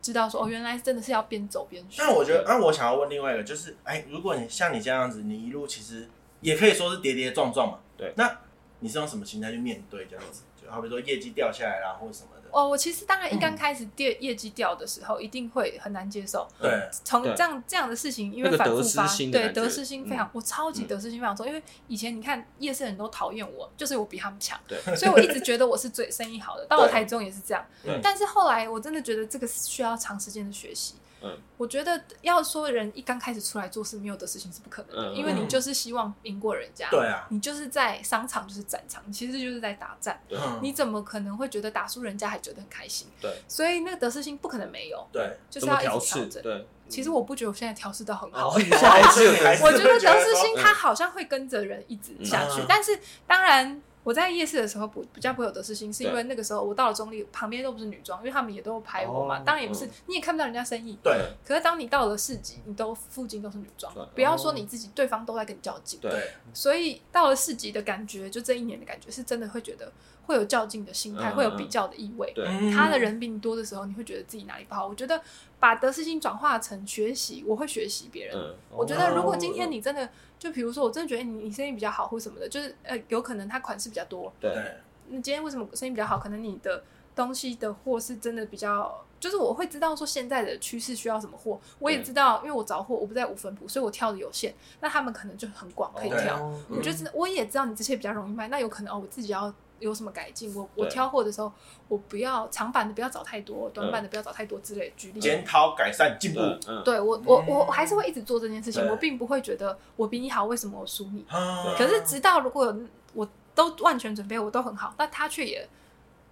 S3: 知道说哦，原来真的是要边走边学。
S2: 但我觉得，那、我想要问另外一个，就是，哎，如果你像你这样子，你一路其实也可以说是跌跌撞撞嘛。
S1: 对
S2: 那你是用什么心态去面对这样子？就好比说业绩掉下来啦，或者什么的。
S3: 哦，我其实当
S2: 嗯
S3: 然一刚开始业业绩掉的时候，一定会很难接受。
S1: 嗯
S2: 对，
S3: 从
S1: 对
S3: 这样这样的事情，因
S1: 那
S3: 为
S1: 个
S3: 反
S1: 得
S3: 复
S1: 失
S3: 发，
S1: 心的
S3: 对
S1: 感觉
S3: 得失心非常，我超级
S1: 嗯
S3: 得失心非常重。因为以前你看夜市人都讨厌我，就是我比他们强，
S1: 对
S3: 所以我一直觉得我是最生意好的。到了台中也是这样
S1: 对，
S3: 但是后来我真的觉得这个是需要长时间的学习。
S1: 嗯，
S3: 我觉得要说人一刚开始出来做事没有得失心是不可能的，
S1: 嗯
S3: 因为你就是希望赢过人家，
S2: 对啊
S3: 你就是在商场就是战场，你其实就是在打战，
S1: 对
S2: 嗯
S3: 你怎么可能会觉得打输人家还觉得很开心？
S1: 对，
S3: 所以那个得失心不可能没有，
S2: 对，
S3: 就是
S1: 怎么
S3: 要一直
S1: 调
S3: 调
S1: 试？
S3: 整。
S1: 对，
S3: 其实我不觉得我现在调试到很好，
S1: 哦，你现在还是有
S2: 还
S1: 得
S2: 是
S1: 失
S3: 我觉得得失
S2: 嗯
S3: 心它好像会跟着人一直下去，
S2: 嗯
S3: 但是当然。我在夜市的时候不比较不会有得失心，是因为那个时候我到了中立，旁边都不是女装，因为他们也都有拍我嘛。
S1: 哦
S3: 当然也不是，
S1: 嗯
S3: 你也看不到人家生意。
S2: 对，
S3: 可是当你到了市集，你都附近都是女装
S1: 对，
S3: 不要说
S1: 哦
S3: 你自己，对方都在跟你较劲。
S1: 对，
S2: 对，
S3: 所以到了市集的感觉，就这一年的感觉，是真的会觉得会有较劲的心态，
S1: 嗯
S3: 会有
S1: 嗯
S3: 比较的意味。
S1: 对
S2: 嗯
S3: 他的，人比你多的时候，你会觉得自己哪里不好。我觉得把得失心转化成学习，我会学习别
S2: 哦
S3: 人。
S1: 嗯，
S3: 我觉得如果今天
S1: 你
S3: 你真的，就比如说，我真的觉得你你生意比较好或什么的，就是呃，有可能他款式比较多。
S1: 对
S2: 对，
S3: 那今天为什么生意比较好？可能你的东西的货是真的比较，就是我会知道说现在的趋势需要什么货，我也
S1: 对
S3: 知道，因为我找货我不在五分铺，所以我挑的有限。那他们可能就很广可以
S2: 哦
S3: 挑。
S1: 哦
S3: 我就是我也知道你这些比较容易卖，那有可能哦，我自己要有什么改进，我我
S1: 对
S3: 挑货的时候，我不要长版的不要找太多，短版的不要找太多之类的。举例，
S2: 检讨、改善、进步。
S1: 嗯嗯，
S3: 对我我
S2: 嗯
S3: 我还是会一直做这件事情，
S1: 对嗯
S3: 我并不会觉得我比你好，为什么我输你？
S2: 啊
S3: 可是直到如果有我都万全准备，我都很好，但他却也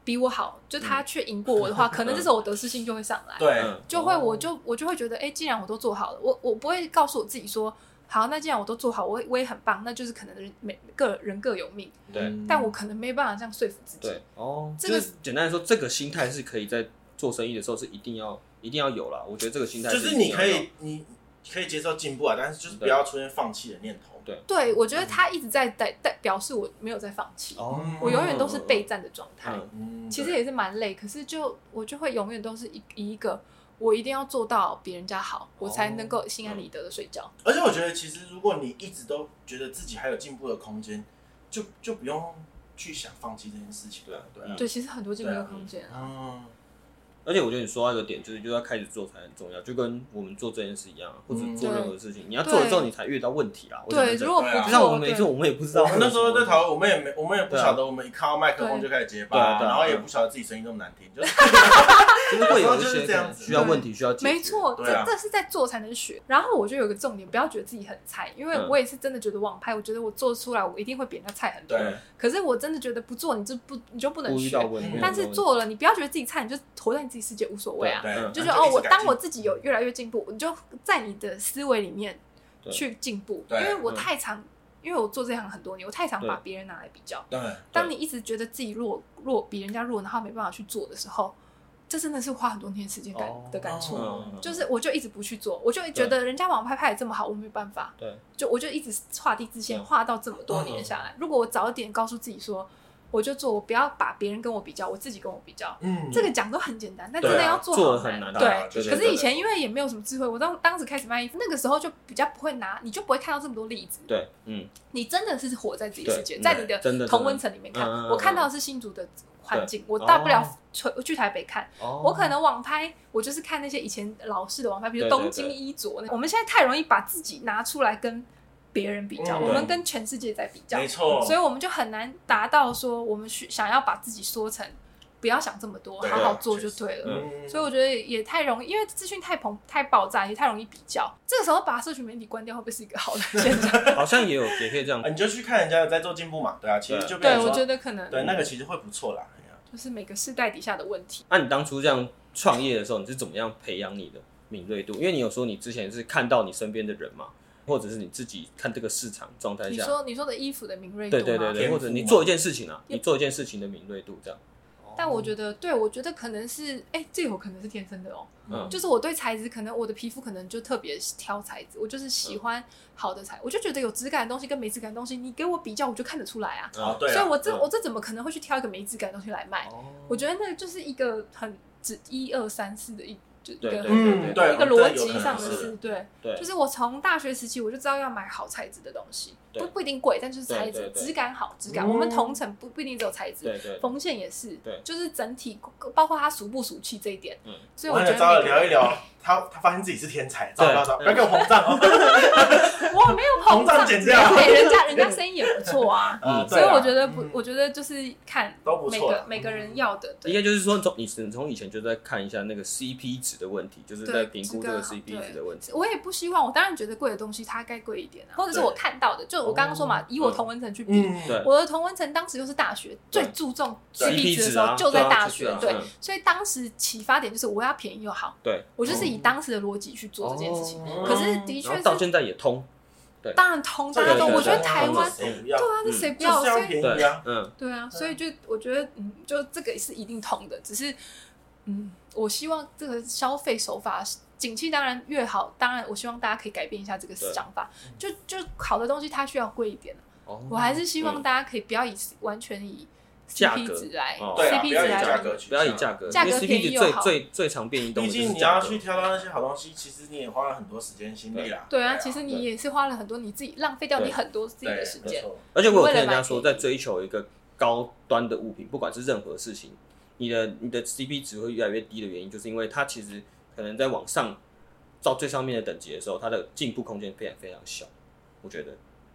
S3: 比我好，就他却赢过我的话，可能这时候我得失心就会上来。
S2: 对，
S1: 嗯
S3: 就会我就我就会觉得，哎、既然我都做好了，我我不会告诉我自己说，好，那既然我都做好，我也我也很棒，那就是可能人每个人各有命，
S1: 对
S2: 嗯
S3: 但我可能没办法这样说服自己。
S1: 对哦，
S3: 这个
S1: 就是简单来说，这个心态是可以在做生意的时候是一定要一定要有啦。我觉得这个心态
S2: 就是
S1: 一定
S2: 你
S1: 要
S2: 可
S1: 有
S2: 以，你可以接受进步啊，但是就是不要出现放弃的念头。
S1: 对
S3: 对我觉得他一直在在在表示我没有在放弃，
S1: 嗯哦
S2: 嗯，
S3: 我永远都是备战的状态。
S1: 嗯
S2: 嗯，
S3: 其实也是蛮累，可是就我就会永远都是一以一个我一定要做到比人家好，我才
S1: 哦
S3: 能够心安理得的睡觉。
S2: 而且我觉得，其实如果你一直都觉得自己还有进步的空间，就就不用去想放弃这件事情了。
S1: 嗯
S2: 对啊，
S3: 对，其实很多进步的空间啊。
S2: 嗯，
S1: 而且我觉得你说到一个点，就是就要开始做才很重要，就跟我们做这件事一样啊，或者
S2: 嗯
S1: 做任
S3: 对
S1: 何事情，你要做了之后
S3: 对
S1: 你才遇到问题啦。我想
S3: 对，
S1: 是这
S3: 如
S1: 样
S3: 果
S2: 对啊
S3: 不
S1: 就像我
S3: 做，
S1: 们每次
S3: 对
S1: 我们也不知道
S2: 啊我
S1: 为什
S2: 们
S1: 么，
S2: 那时候在讨论，我们也没，我们也不晓得，我们一看到麦克风就开始结巴，
S1: 啊对啊对啊
S2: 然后也不晓得自己声音那么难听，就是
S1: 就是 会有一
S2: 就是
S1: 些
S2: 这
S1: 可
S2: 样
S1: 能
S2: 子
S1: 需要
S3: 对
S1: 问题需要解决。
S3: 没错，
S2: 对啊
S3: 这这是在做才能学。然后我就有个重点，不要觉得自己很菜，因为
S1: 嗯
S3: 我也是真的觉得网拍，我觉得我做出来我一定会比人家菜很多。
S2: 对
S3: 可是我真的觉得不做，你就不你就不能
S1: 不遇到
S3: 学。
S1: 问题，
S3: 但是做了，你不要觉得自己菜，你就活在你自己世界，无所谓啊。
S2: 对，
S3: 就是
S2: 然后
S3: 哦，
S2: 一直
S3: 我
S2: 改
S3: 当
S2: 进
S3: 我自己有越来越进步，你就在你的思维里面
S1: 对
S3: 去进步。因
S2: 对
S3: 为我
S1: 嗯
S3: 太常，因为我做这行很多年，我太常
S1: 对
S3: 把别人拿来比较。
S2: 对
S3: 当你一直觉得自己弱弱比人家弱，然后没办法去做的时候，这真的是花很多天时间感
S1: 哦
S3: 的感触。
S1: 嗯，嗯
S3: 就是我就一直不去做，我就觉得人家网拍拍的这么好，我没办法，
S1: 对
S3: 就我就一直画地自限，
S1: 嗯
S3: 画到这么多年下来。如果我早点告诉自己说，我就做，我不要把别人跟我比较，我自己跟我比较，
S2: 嗯，
S3: 这个讲都很简单，但
S1: 对
S3: 真
S1: 啊
S3: 的要做
S1: 做
S3: 好
S1: 得很难
S3: 对
S1: 啊，对对
S3: 可是
S1: 对
S3: 以前因为也没有什么智慧，我当当时开始卖衣服，那个时候就比较不会拿，你就不会看到这么多例子。
S1: 对，嗯，嗯
S3: 你真的是活在自己世界，
S1: 对
S3: 在你
S1: 真的
S3: 的
S1: 真的
S3: 同温层里面看
S1: 嗯嗯嗯，嗯
S3: 我看到的是新竹的环境，我
S1: 哦
S3: 大不了去去台北看。
S1: 哦
S3: 我可能网拍，我就是看那些以前老式的网拍，比如
S1: 对对
S3: 东京衣着。我们现在太容易把自己拿出来跟别人比较，
S2: 嗯
S3: 我们跟全世界在比较
S2: 没，错，
S3: 所以我们就很难达到说我们需想要把自己缩成不要想这么多，
S2: 对啊
S3: 好好做就
S2: 确实
S3: 对啊了。
S2: 嗯
S3: 所以我觉得也太容易，因为资讯太膨太爆炸，也太容易比较。这个时候把社群媒体关掉，会不会是一个好 的现象？
S1: 好像也有也可以这样
S2: 啊，，你就去看人家在做进步嘛，对啊，其实
S1: 对
S2: 就变
S3: 对，
S2: 成
S3: 我觉
S2: 说，哎
S3: 得可能
S2: 对那个其实会不错啦。哎呀
S3: 就是每个世代底下的问题。
S1: 那、你当初这样创业的时候，你是怎么样培养你的敏锐度？因为你有说你之前是看到你身边的人嘛，或者是你自己看这个市场状态
S3: 你
S1: 下，
S2: 啊
S3: 说你说的衣服的敏锐
S1: 对
S3: 度吗？
S1: 对对
S2: 天
S1: 对，
S2: 赋
S1: 或
S2: 嘛
S1: 者你做一件事情啊，你做一件事情的敏锐度这样。
S3: 但
S2: 嗯
S3: 我觉得，对我觉得可能是，哎、这有可能是天生的哦。
S1: 嗯
S3: 就是我对材质，可能我的皮肤可能就特别挑材质，我就是喜
S1: 嗯
S3: 欢好的材，我就觉得有质感的东西跟没质感的东西，你给我比较，我就看得出来啊。
S2: 哦，对
S3: 所以
S2: 啊，
S3: 我这、
S1: 嗯哦
S3: 我这怎么可能会去挑一个没质感的东西来卖？我觉得那就是一个很只一二三四的一就一
S1: 对
S3: 个
S1: 对
S2: 嗯，对，
S3: 一
S2: 这
S3: 个
S2: 有
S3: 逻
S2: 可
S3: 辑
S2: 能
S3: 上的
S2: 是
S3: 事，对，
S1: 对
S3: 就是我从大学时期我就知道要买好材质的东西，
S1: 对
S3: 不不一定贵，但就是材
S1: 对
S3: 质
S1: 对对
S3: 质感好，质感。
S2: 嗯
S3: 我们同城不不一定只有材质，
S1: 对对对
S3: 缝线也是，
S1: 对
S3: 就是整体包括它俗不俗气这一点，
S1: 嗯
S3: 所以
S2: 我
S3: 我
S2: 跟
S3: 觉
S2: 了糟
S3: 得
S2: 了
S3: 每
S2: 聊
S3: 个
S2: 一聊，他他发现自己是天才，糟
S1: 对
S2: 糟糟，不要给我膨胀哦。
S3: 我没有膨
S2: 膨胀
S3: 胀，
S2: 减掉，
S3: 对人家人家生意也不错啊
S2: 嗯，
S3: 所以我觉得不，
S2: 对啊
S3: 我觉得就是看
S2: 都不错啊嗯
S3: 每个
S2: 啦
S3: 每个人要的，
S1: 应
S3: 对
S1: 该就是说，从你从以前就在看一下那个 CP 值的问题，就是在
S3: 对
S1: 评估
S3: 这
S1: 这
S3: 个
S1: 个 CP 值的问题。
S3: 我也不希望，我当然觉得贵的东西它该贵一点啊，或者是
S1: 对
S3: 我看到的，就我刚刚说嘛，以我同文层去比，
S2: 嗯，
S1: 对
S3: 我的同温层当时又是大学，
S1: 对
S3: 最注重
S2: 对
S3: CP 值的时
S1: 对
S3: 候就在大
S1: 对
S3: 学
S1: 啊，
S3: 对
S1: 嗯，
S3: 所以当时启发点就是我要便宜又好，
S1: 对，
S3: 我就是以当时的逻辑去做这件事情。
S1: 哦
S3: 可是
S2: 嗯
S3: 的
S1: 然
S3: 确
S1: 后
S3: 是，
S1: 到现在也通，
S3: 当然通，
S2: 这
S3: 大
S2: 个
S3: 家都，
S1: 对
S3: 我觉得
S1: 对
S3: 台湾，
S2: 谁不
S3: 对
S2: 要，
S3: 啊，那
S1: 嗯
S3: 谁不
S2: 就
S3: 要？
S2: 是
S3: 所
S2: 要
S3: 以
S2: 便宜啊。
S1: 嗯，
S3: 对啊，所以就我觉得，嗯，就这个是一定通的，只是，嗯，我希望这个消费手法。景气当然越好，当然我希望大家可以改变一下这个
S1: 对
S3: 想法。就就好的东西，它需要贵一点啊
S1: 哦
S3: 我还是希望
S1: 嗯
S3: 大家可以不要以完全以
S1: 价
S3: CP
S1: 格
S3: 值来
S1: 哦
S2: 对啊，
S3: CP
S2: 不
S3: 值
S2: 要以价
S3: 来
S2: 格取向，
S1: 不要以价格，
S3: 价格
S1: 因为
S3: 便宜
S1: CP 值
S3: 又
S1: 最
S3: 好
S1: 最最常变异动
S2: 毕
S1: 的就是
S2: 竟你
S1: 价
S2: 要
S1: 格。
S2: 去挑到那些好东西，其实你也花了很多时间心力啦。
S3: 对啊，其实你
S1: 对
S3: 也是花了很多你自己浪费掉你
S1: 对
S3: 很多自己
S2: 对
S3: 的时间，，
S1: 而且我有
S3: 为
S1: 听
S3: 了
S1: 人
S3: 买
S1: 家说，
S3: 便宜
S1: 在追求一个高端的物品，不管是任何事情，你的你的 CP 值会越来越低的原因，就是因为它其实可能在往上到最上面的等级的时候，它的进步空间非常非常小。我觉得，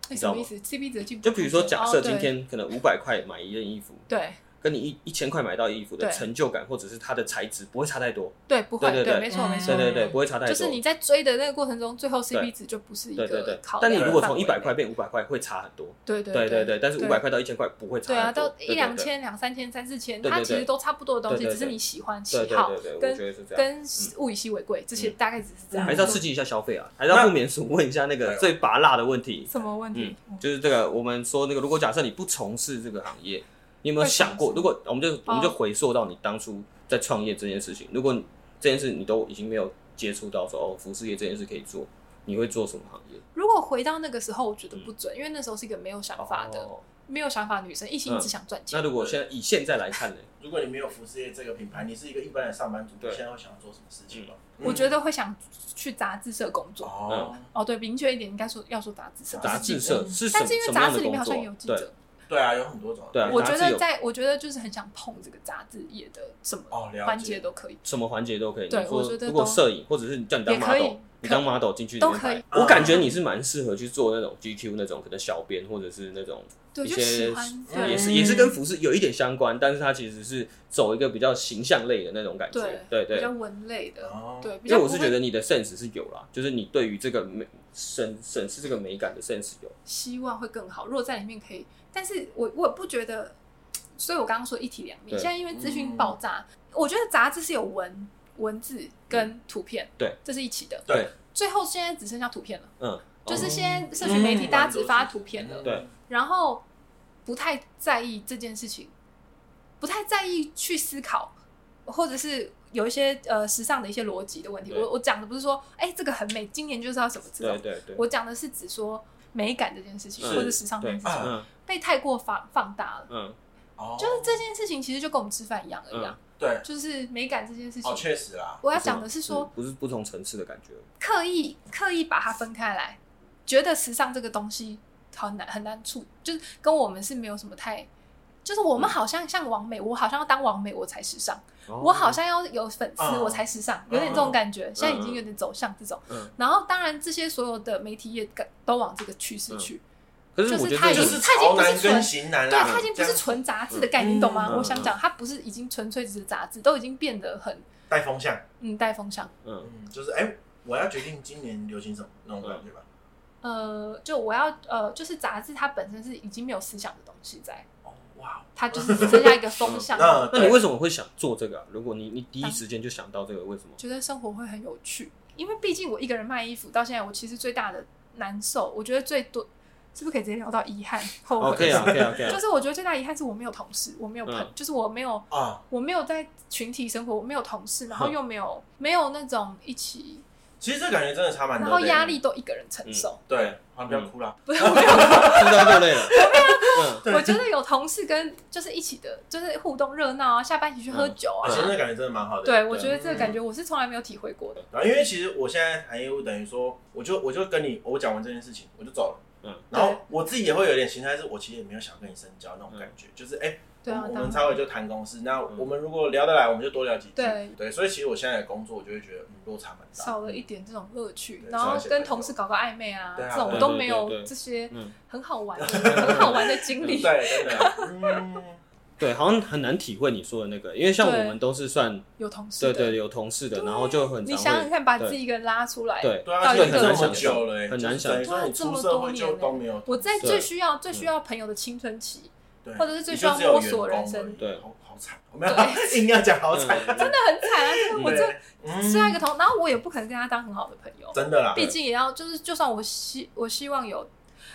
S3: 那
S1: 你知
S3: 哎什
S1: 道
S3: 么
S1: 吗
S3: 意思？CP 值进步
S1: 就比如说，
S3: 空间
S1: 假
S3: 哦
S1: 设
S3: 对
S1: 今天可能五百块买一件衣服，
S3: 对
S1: 跟你一一千块买到衣服的
S3: 对
S1: 成就感，或者是它的材质，不会差太多。
S3: 对不会
S1: 对对
S3: 对，
S1: 对
S3: 没错
S2: 嗯
S3: 没
S1: 对
S3: 错，
S1: 对对，
S2: 嗯
S1: 不会差太多。
S3: 就是你在追的那个过程中，最后 CP 值就不是一
S1: 对对对
S3: 个考，量
S1: 但你如果从
S3: 范围
S1: 一百块，变五百块，会差很多。
S3: 对
S1: 对对
S3: 对
S1: 对，但是五百。块到一千块不会差
S3: 对啊，
S1: 很多
S3: 到一两。
S1: 对对对
S3: 千、两三千、三四千，
S1: 对对
S3: 它
S1: 对
S3: 其实都差不多的东西，
S1: 对对
S3: 只
S1: 对
S3: 是你喜欢、
S1: 对
S3: 喜好
S1: 对对对，我
S3: 跟
S1: 觉得是这样。
S3: 跟物以稀为贵，这些大概只是这样。
S1: 还是要刺激一下消费啊，还是要不免俗问一下那个最拔辣的问题，
S3: 什么问题？嗯
S1: 就是这个我们说那个，如果假设你不从事这个行业，你有没有
S3: 会
S1: 想过，
S3: 从事哦
S1: 如果我们就我们就回溯到你当初在创业这件事情，如果你这件事你都已经没有接触到说哦，服饰业这件事可以做，你会做什么行业？
S3: 如果回到那个时候，我觉得不准，因为那时候是一个没有想法的、
S1: 嗯哦嗯
S3: 没有想法的女生，一心只想赚钱。
S1: 那如果现在以现在来看呢？
S2: 如果你没有服饰业这个品牌，你是一个一般的上班族，
S1: 对嗯
S2: 你现在会想要做什么事情吗？
S3: 我觉得会想去杂志社工作。
S2: 哦，
S3: 哦，对，明确一点，应该说要说杂志社，
S1: 杂志社
S2: 嗯
S1: 是什
S3: 但
S1: 么
S3: 是因
S1: 什
S3: 为
S1: 么
S3: 杂
S1: 样
S3: 志
S1: 的
S3: 里面
S1: 工
S3: 好像
S1: 作
S3: 有？记
S1: 对
S3: 者，
S2: 对啊，有很多种。
S1: 对啊
S3: 我
S1: 杂
S3: 觉
S1: 志有
S3: 得在我觉得就是很想碰这个杂志业的什么
S2: 哦，了解
S3: 环节都可以，
S1: 什么环节都可以。
S3: 对
S1: 你说
S3: 我觉得
S1: 如果
S3: 都
S1: 摄影，或者是你叫你当
S3: 也可以
S1: model，你当 model 进去里
S3: 都
S1: 面
S3: 可
S1: 拍
S3: 以，
S1: 我感觉你是蛮适合去做那种 GQ 那种可能小编或者是那种
S3: 对，
S1: 一
S3: 就
S1: 些
S3: 喜欢，
S2: 嗯
S1: 也
S3: 对
S1: 是也是跟服饰有一点相关，但是它其实是走一个比较形象类的那种感觉。对
S3: 比
S1: 对
S3: 较，文类的
S2: 哦，
S3: 对，比
S1: 因为
S3: 较
S1: 我
S3: 不
S1: 是
S3: 会
S1: 觉得你的 sense 是有啦，就是你对于这个美审审视这个美感的 sense 有。
S3: 希望会更好。如果在里面可以，但是我我不觉得，所以我刚刚说一体两面。
S1: 对
S3: 现在因为资
S2: 嗯
S3: 讯爆炸，我觉得杂志是有文文字跟图片，
S1: 嗯对，
S3: 这是一起的。
S1: 对，
S3: 最后现在只剩下图片了，
S1: 嗯，
S3: 就是
S1: 哦
S3: 现在社群媒体
S2: 嗯
S3: 大家只发图片了，
S1: 对
S3: 然后不太在意这件事情，不太在意去思考，或者是。有一些呃时尚的一些逻辑的问题，
S1: 对
S3: 我我讲的不是说，哎、这个很美，今年就是要什么这种
S1: 哦对，对对，
S3: 我讲的是指说美感这件事情，
S1: 是
S3: 或者时尚这
S1: 对
S3: 件事情，
S2: 啊
S1: 嗯
S3: 被太过放放大了。
S1: 嗯
S2: 哦，
S3: 就是这件事情其实就跟我们吃饭一样一样，
S2: 对，
S3: 就是美感这件事情
S2: 哦，。确实啦，
S3: 我要讲的是说，
S1: 不是不同层次的感觉。
S3: 刻意刻意把它分开来，觉得时尚这个东西很难很难处，就是跟我们是没有什么太就是我们好像像王美，我好像要当王美我才时尚，
S1: 哦
S3: 我好像要有粉丝
S2: 嗯
S3: 我才时尚，有点这种感觉。现在已经有点走向这种
S1: 嗯。
S3: 然后当然这些所有的媒体业都往这个趋势去，
S1: 可是我觉得
S3: 他
S1: 这
S2: 这
S3: 已
S1: 个
S2: 就
S3: 经
S2: 是
S3: 他已经
S2: 潮
S3: 不是
S2: 男跟
S3: 纯
S2: 型男
S3: 对，啊
S2: 啦，
S3: 它已经不
S2: 这
S3: 是
S2: 样
S3: 纯杂志的概念，你懂吗？
S2: 嗯
S3: 我想讲，它不是已经纯粹只是杂志，都已经变得很
S2: 带风向，
S3: 嗯带风向。
S1: 嗯
S2: 嗯，就是哎、我要决定今年流行什么那种感觉吧。
S3: 呃，就我要呃，就是杂志它本身是已经没有思想的东西在，
S2: 哦，哇，
S3: 它就是只剩下一个风向。
S2: 那
S1: 那你
S2: 为
S1: 为什么会想做这个、啊？如果你你第一时间就想到这个，为什么？
S3: 觉得生活会很有趣，因为毕竟我一个人卖衣服到现在，我其实最大的难受，我觉得最多是不是可以直接聊到遗憾后悔？
S1: 哦， 可以啊，可以啊，可以啊
S3: 就。是我觉得最大遗憾是我没有同事，我没有朋，
S1: 嗯
S3: 就是我没有
S2: 啊，
S3: 我没有在群体生活，我没有同事，然后又没有没有那种一起，
S2: 其实这感觉真的差蛮多的。
S3: 然后压力都一个人承受。
S2: 对，好，
S1: 嗯
S2: 不要哭了。
S3: 不是，我没有，
S1: 听到就累 了。嗯，
S3: 我觉得有同事跟就是一起的，就是互动热闹啊，下班一起去喝酒
S2: 啊，
S3: 啊
S2: 其。实这感觉真的蛮好的。
S3: 对，我觉得这个
S2: 嗯
S3: 感觉我是从来没有体会过的。
S2: 然后因为其实我现在谈业务，等于说，我就我就跟你我讲完这件事情，我就走了。
S1: 嗯，
S2: 然后我自己也会有点心态，是我其实也没有想跟你深交那种感
S1: 嗯
S2: 觉，就是哎，
S3: 对啊
S2: 我，们
S3: 当然，
S2: 稍微就谈公事。那我们如果聊得来，我们就多聊几句。
S3: 对
S2: 对，所以其实我现在的工作，我就会觉得嗯落差蛮大。
S3: 少了一点这种乐趣，
S2: 对
S3: 然后跟同事搞个暧昧啊，
S2: 对啊
S3: 这种我
S2: 对
S3: 都没有
S1: 对对对
S3: 这些
S1: 嗯
S3: 很好玩、 很好玩的经
S2: 对，
S3: 历。
S2: 真的，嗯，
S1: 对，好像很难体会你说的那个，因为像我们都是算
S3: 有同事
S1: 对
S3: 的，
S1: 对有同事的，
S3: 对
S1: 然后就很
S3: 你
S1: 常
S3: 想想
S1: 会
S3: 看，把自己一个人拉出来，
S1: 对
S2: 对啊，而且
S3: 到一个
S2: 这么久了，哎
S1: 很难想
S2: 就是等于说你出社会就都没有，
S3: 我在
S1: 对
S3: 最需要、最
S1: 嗯
S3: 需要朋友的青春期，
S2: 对
S3: 或者是最
S2: 你
S3: 需
S2: 就
S3: 要
S2: 只有
S3: 摸索
S2: 员工
S3: 人
S2: 而已
S3: 生，
S1: 对
S2: 好好惨，我们要 硬要讲好惨，
S1: 嗯
S3: 真的 很惨啊！真的，我这
S2: 这
S3: 虽然一个同，然后我也不可能跟他当很好的朋友，
S2: 真的啦，
S3: 毕竟也要就是，就算我希我希望有，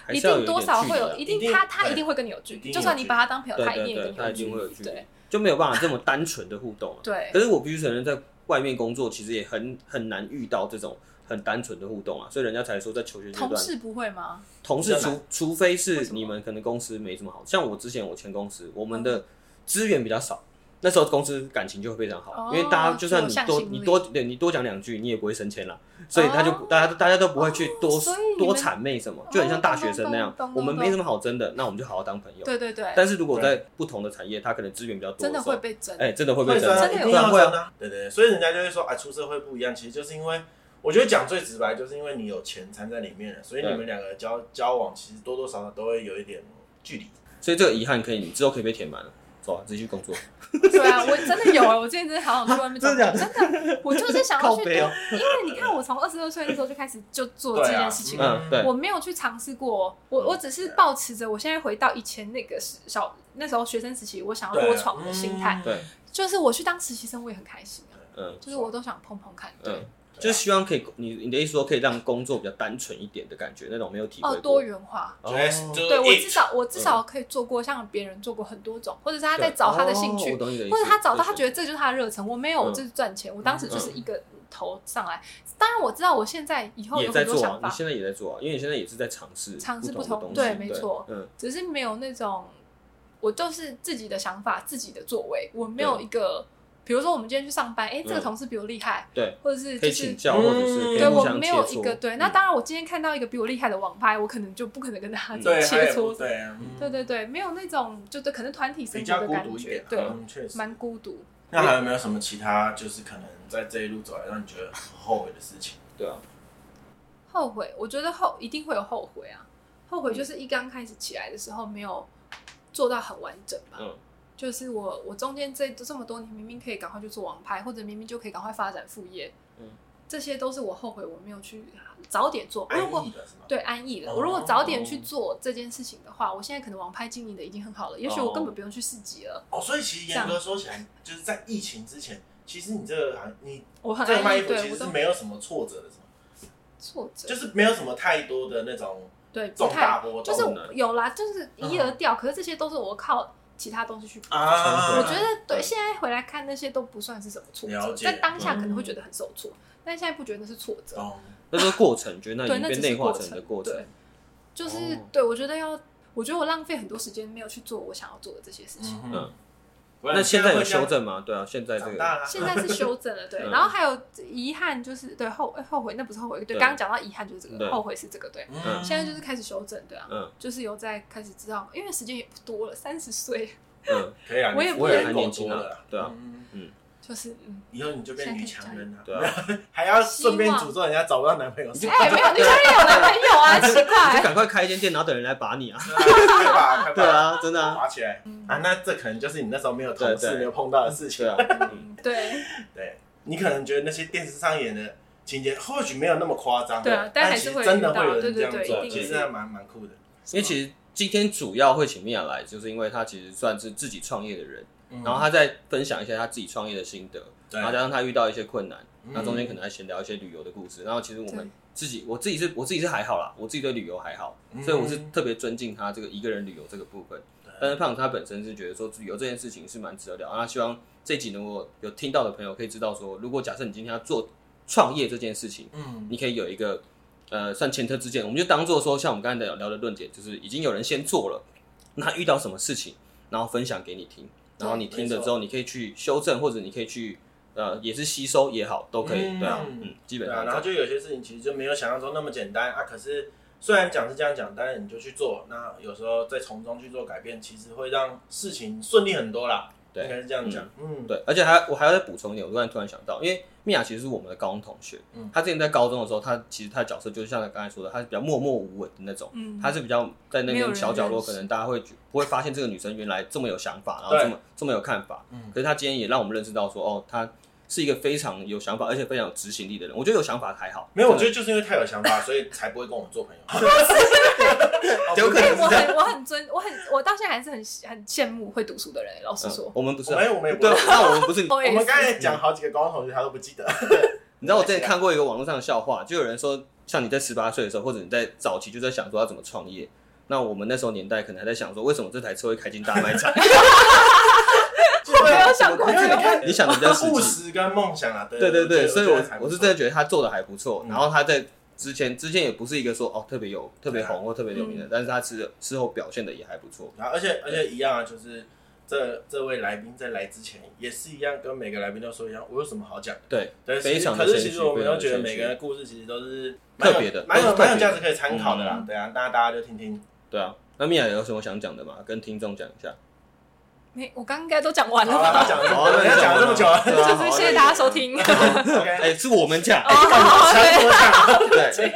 S1: 还
S3: 一
S1: 是要
S3: 定多少会有，
S1: 一
S3: 一
S1: 点啊
S2: 定
S3: 定他
S2: 对
S3: 他一定会跟你有距
S2: 一定有
S3: 离，就算你把他当朋友，
S1: 距离
S3: 他一定也
S1: 对
S3: 跟
S1: 对
S3: 你
S1: 对他一定会有距
S3: 距
S1: 离
S3: 离。对
S1: 距离就没有办法这么单纯的互动啊。
S3: 对
S1: 可是我必须承认，在外面工作其实也很很难遇到这种很单纯的互动啊，所以人家才说在求学阶
S3: 同
S1: 段，
S3: 事不会吗？
S1: 同事
S2: 比较
S1: 除除非
S3: 为
S1: 是
S3: 什么
S1: 你们可能公司没什么好，像我之前我前公司，我们的资源比较少，那时候公司感情就会非常好，
S3: 哦
S1: 因为大家就算你
S3: 有向
S1: 多
S3: 心力
S1: 你多对你多讲两句，你也不会升迁啦，所以他就不、
S3: 哦
S1: 大家都大家都不会去多、
S3: 所以你们
S1: 多谄媚什么，就很像大学生那样
S3: 哦，懂懂懂懂
S1: 我们没什么好争的，那我们就好好当朋友。
S3: 对对对，
S1: 但是如果在不同的产业，他可能资源比较多
S3: 真
S1: 时
S3: 的
S1: 候
S3: 会，被整。
S1: 哎、真的会被
S2: 会
S1: 争
S2: 真
S1: 啊，
S2: 的
S3: 真
S2: 一
S3: 的有
S2: 定
S1: 不然
S2: 要
S1: 会
S2: 真
S1: 啊。
S2: 的啊，对对对，所以人家就会说啊，出社会不一样，其实就是因为。我觉得讲最直白，就是因为你有钱掺在里面了，所以你们两个交交往，其实多多少少都会有一点距离。
S1: 所以这个遗憾可以，你之后可以被填满了，走啊，自己去工作。
S3: 对啊，我真的有啊，我之前真的好想去外面找
S1: 真的假
S3: 朋
S1: 的
S3: 友，真的，我就是想要
S1: 靠
S3: 去读，
S1: 背
S3: 因
S1: 哦
S3: 为你看我从二十二岁的时候就开始就做
S2: 对
S3: 这
S2: 啊，
S3: 件事情了，
S1: 嗯对
S3: 我没有去尝试过，我
S1: 嗯
S3: 我只是保持着我现在回到以前那个时小那时候学生时期，我想要
S2: 对啊
S3: 多闯的心态
S2: 嗯，
S1: 对，
S3: 就是我去当实习生我也很开心啊，
S1: 嗯
S3: 就是我都想碰碰看，对，
S1: 嗯，就是希望可以，你你的意思说可以让工作比较单纯一点的感觉，那种没有体会
S3: 哦
S1: 过
S3: 多元化。
S1: 哦
S2: 就是就是
S3: 对我
S2: it
S3: 至少我至少可以做过像别人做过很多种，或者是他在
S1: 嗯对
S3: 找他的兴
S1: 哦
S3: 趣
S1: 我，懂你的意思
S3: 或者他找到他
S1: 对
S3: 觉得这就是他的热忱。我没有，
S1: 嗯
S3: 我就是赚钱，我当时就是一个头上来。当然我知道我现在以后
S1: 也
S3: 有
S1: 在
S3: 很多
S1: 做啊
S3: 想，
S1: 你
S3: 法，
S1: 现在也在做啊，因为你现在也是在尝试
S3: 尝试
S1: 不
S3: 不
S1: 的
S3: 同
S1: 东西，
S3: 对没错
S1: 嗯，
S3: 只是没有那种，我就是自己的想法、自己的作为，我没有一个，比如说我们今天去上班，哎，这个
S1: 嗯
S3: 同事比我厉害，
S1: 对，
S3: 或者是
S1: 可
S3: 就
S1: 以
S3: 是
S1: 请。教或者是可以
S3: 对
S2: 嗯
S1: 互
S3: 我
S1: 相
S3: 没
S1: 切
S3: 有
S1: 磋
S3: 一个对，那
S1: 嗯
S3: 当然我今天看到一个比我厉害的网拍，我可能就不可能跟他
S1: 嗯
S2: 对
S3: 切磋。
S2: 对嗯
S3: 对对对，没有那种就对，可能团体生
S2: 比
S3: 活
S2: 较
S3: 的
S2: 孤
S3: 感
S2: 独一
S3: 觉
S2: 点，，
S3: 对，
S2: 嗯确实。
S3: 蛮孤独。
S2: 那还有没有什么其他就是可能在这一路走来让你觉得很后悔的事情？
S1: 对啊，
S3: 后悔，我觉得后一定会有后悔啊。后
S2: 嗯
S3: 悔就是一刚开始起来的时候没有做到很完整吧。
S1: 嗯
S3: 就是我我中间这这么多年，明明可以赶快去做网拍，或者明明就可以赶快发展副业，
S1: 嗯
S3: 这些都是我后悔我没有去早点做。
S2: 安
S3: 如果
S2: 逸的是吗？
S3: 对安逸了，
S2: 哦
S3: 我如果早点去做这件事情的话，我现在可能网拍经营的已经很好了，也许我根本不用去市集了，
S2: 哦，所以其实严格说起来，就是在疫情之前，其实你这个行，你
S3: 我很
S2: 这个卖
S3: 安
S2: 衣
S3: 逸，
S2: 服其
S3: 对
S2: 实
S3: 我
S2: 是
S3: 都
S2: 没有什么挫折的，是吗？
S3: 挫折，
S2: 就是没有什么太多的那种
S3: 对不
S2: 重
S3: 太
S2: 大波动，
S3: 就是
S1: 懂了
S3: 有啦，就是一
S2: 嗯
S3: 而掉，可是这些都是我靠其他东西去补足。
S2: 啊，
S3: 我觉得对，
S1: 对
S3: 现在回来看那些都不算是什么挫
S2: 了
S3: 折，
S2: 解
S3: 在当下可能会觉得很受挫，
S1: 嗯
S3: 但现在不觉得那是挫
S1: 哦
S3: 折，
S2: 懂
S1: 那这个过程，觉得那
S3: 对
S1: 已经
S3: 那
S1: 被
S3: 只是
S1: 内化
S3: 过
S1: 成的
S3: 程
S1: 过程
S3: 对，就是
S1: 哦
S3: 对我觉得要，我觉得我浪费很多时间没有去做我想要做的这些事情。
S2: 嗯
S1: 嗯
S2: 哼，
S1: 那现在有修
S2: 正，
S1: 正吗？对啊，现在这
S2: 长
S1: 个
S2: 大了，
S3: 现在是修正了，对，
S1: 嗯
S3: 然后还有遗憾就是对后哎后悔，那不是后悔，对，
S1: 对
S3: 刚刚讲到遗憾就是这
S1: 对
S3: 个，后悔是这个，对，
S1: 嗯
S3: 现在就是开始修正，对啊，
S1: 嗯
S3: 就是有在开始知道，因为时间也不多了，三十岁，
S1: 嗯，
S2: 可以啊，
S3: 我也
S2: 你
S1: 我
S3: 不
S1: 也
S3: 能
S2: 够
S1: 还年轻
S2: 多
S1: 啊
S2: 了啦，
S1: 对啊，
S2: 嗯
S3: 就是嗯，
S2: 以后你就变女强人了，
S1: 对啊，
S2: 还要顺便诅咒人家找不到男朋友，是吧
S3: 哎、没有，你当然有男朋友 啊，奇
S4: 就
S3: 怪。
S4: 赶快开一间店，然后等人来把 你啊。
S2: 开吧，开吧
S4: 对，啊，真的啊，
S2: 滑起来
S3: 嗯
S2: 啊，那这可能就是你那时候没有同
S4: 对
S2: 事
S4: 对
S2: 没有碰到的事情
S4: 对，啊，
S1: 嗯
S3: 嗯对
S2: 对你可能觉得那些电视上演的情节或许没有那么夸张，
S3: 对啊但
S2: 但
S3: 还
S2: 其
S3: 是
S2: 实
S3: 会
S2: 真的
S3: 遇到
S2: 会有人
S3: 对
S2: 这
S3: 对
S2: 样
S3: 对
S2: 做，
S1: 一定
S2: 其实
S1: 会
S2: 还蛮蛮酷的，
S1: 因为其实今天主要会请米娅来，就是因为她其实算是自己创业的人，
S2: 嗯
S1: 然后她再分享一下她自己创业的心得，
S2: 对
S1: 然后加上她遇到一些困难，
S2: 嗯
S1: 然后中间可能还闲聊一些旅游的故事。然后其实我
S3: 对
S1: 们自己，我自己是我自己是还好啦，我自己对旅游还好，
S2: 嗯
S1: 所以我是特别尊敬她这个一个人旅游这个部分。但是胖子他本身是觉得说旅游这件事情是蛮值得聊，然后他希望这集呢，我有听到的朋友可以知道说，如果假设你今天要做创业这件事情，
S2: 嗯
S1: 你可以有一个呃算前车之鉴，我们就当做说像我们刚才聊聊的论点，就是已经有人先做了，那他遇到什么事情，然后分享给你听，然后你听了之后，你可以去修正，或者你可以去呃也是吸收也好，都可以，
S2: 嗯
S1: 对啊，嗯，基
S2: 对
S1: 本
S2: 啊，
S1: 上
S2: 然后就有些事情其实就没有想象中那么简单啊，可是。虽然讲是这样讲，但是你就去做，那有时候再从中去做改变，其实会让事情顺利很多啦。
S1: 对
S2: 应该是这样讲。嗯，
S1: 对，而且还我还要再补充一点，我突然突然想到，因为米娅其实是我们的高中同学，
S2: 嗯
S1: 她之前在高中的时候，她其实她的角色就是像刚才说的，她是比较默默无闻的那种，
S3: 嗯
S1: 她是比较在那
S3: 没
S1: 边
S3: 有人
S1: 小角落，
S3: 认识
S1: 可能大家会觉不会发现这个女生原来这么有想法，然后
S2: 对
S1: 这么这么有看法，
S2: 嗯
S1: 可是她今天也让我们认识到说，哦，她是一个非常有想法，而且非常有执行力的人。我觉得有想法还好，
S2: 没有，我觉
S1: 真
S2: 得就是因为太有想法，所以才不会跟我们做朋友。
S1: 的有可
S3: 哎、
S1: 能是
S3: 我
S1: 这样。
S3: 很我很尊，我很我到现在还是很很羡慕会读书的人、老实说
S1: 嗯，我们不是
S2: 我
S1: 啊，
S2: 们我们也不
S1: 对啊，那我们不是
S3: 我
S2: 我
S3: 也
S2: 们
S3: 是
S2: 刚才讲好几个高中同学，他都不记得。
S1: 你知道我之前看过一个网络上的笑话，就有人说，像你在十八岁的时候，或者你在早期就在想说要怎么创业，那我们那时候年代可能还在想说，为什么这台车会开进大卖场？
S2: 我
S3: 没有想过
S2: 因为你看，
S1: 啊你想的比较实
S2: 务
S1: 际。
S2: 实跟梦想啊，对
S1: 对对对，所以我我是真的
S2: 的
S1: 觉得他做的还不错，
S2: 嗯
S1: 然后他在之前之前也不是一个说哦特别有特别红或特别有名的
S3: 嗯，
S1: 但是他事事后表现的也还不错。
S2: 觉得还不错，然后而且而且一样啊，就是这这位来宾在来之前也是一样，跟每个来宾都说一样，我有什么好讲的？
S1: 对，
S2: 对，
S1: 非常
S2: 其
S1: 的
S2: 实可是
S1: 谦虚
S2: 其实我们都觉
S1: 非常
S2: 得
S1: 的谦虚
S2: 每个人的故事其实都是蛮有
S1: 特别的嗯
S2: 蛮
S1: 都
S2: 有
S1: 是特别的
S2: 蛮有价值可以参考的啦。对啊，大家大家就听听。
S1: 对啊，那米娅有什么想讲的吗？跟听众讲一下。
S3: 没，我刚刚应该都讲完了
S2: 好了，啊
S3: 吧
S2: 他？讲了，
S1: 好啊那
S2: 人
S1: 你
S2: 家讲了这么久了
S1: 对
S3: 就
S1: 啊
S3: 是谢谢大家收听。
S2: ，OK，
S1: 哎，是我们 讲。
S2: 讲多讲，
S1: 哦对，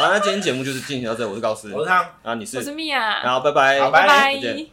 S1: 好，那今天节目就是进行到这，我是高斯，
S2: 我是汤，
S1: 啊，你
S3: 我
S1: 是，
S3: 是米娅，
S1: 然后拜拜，
S2: 好拜
S3: 拜
S1: 再见。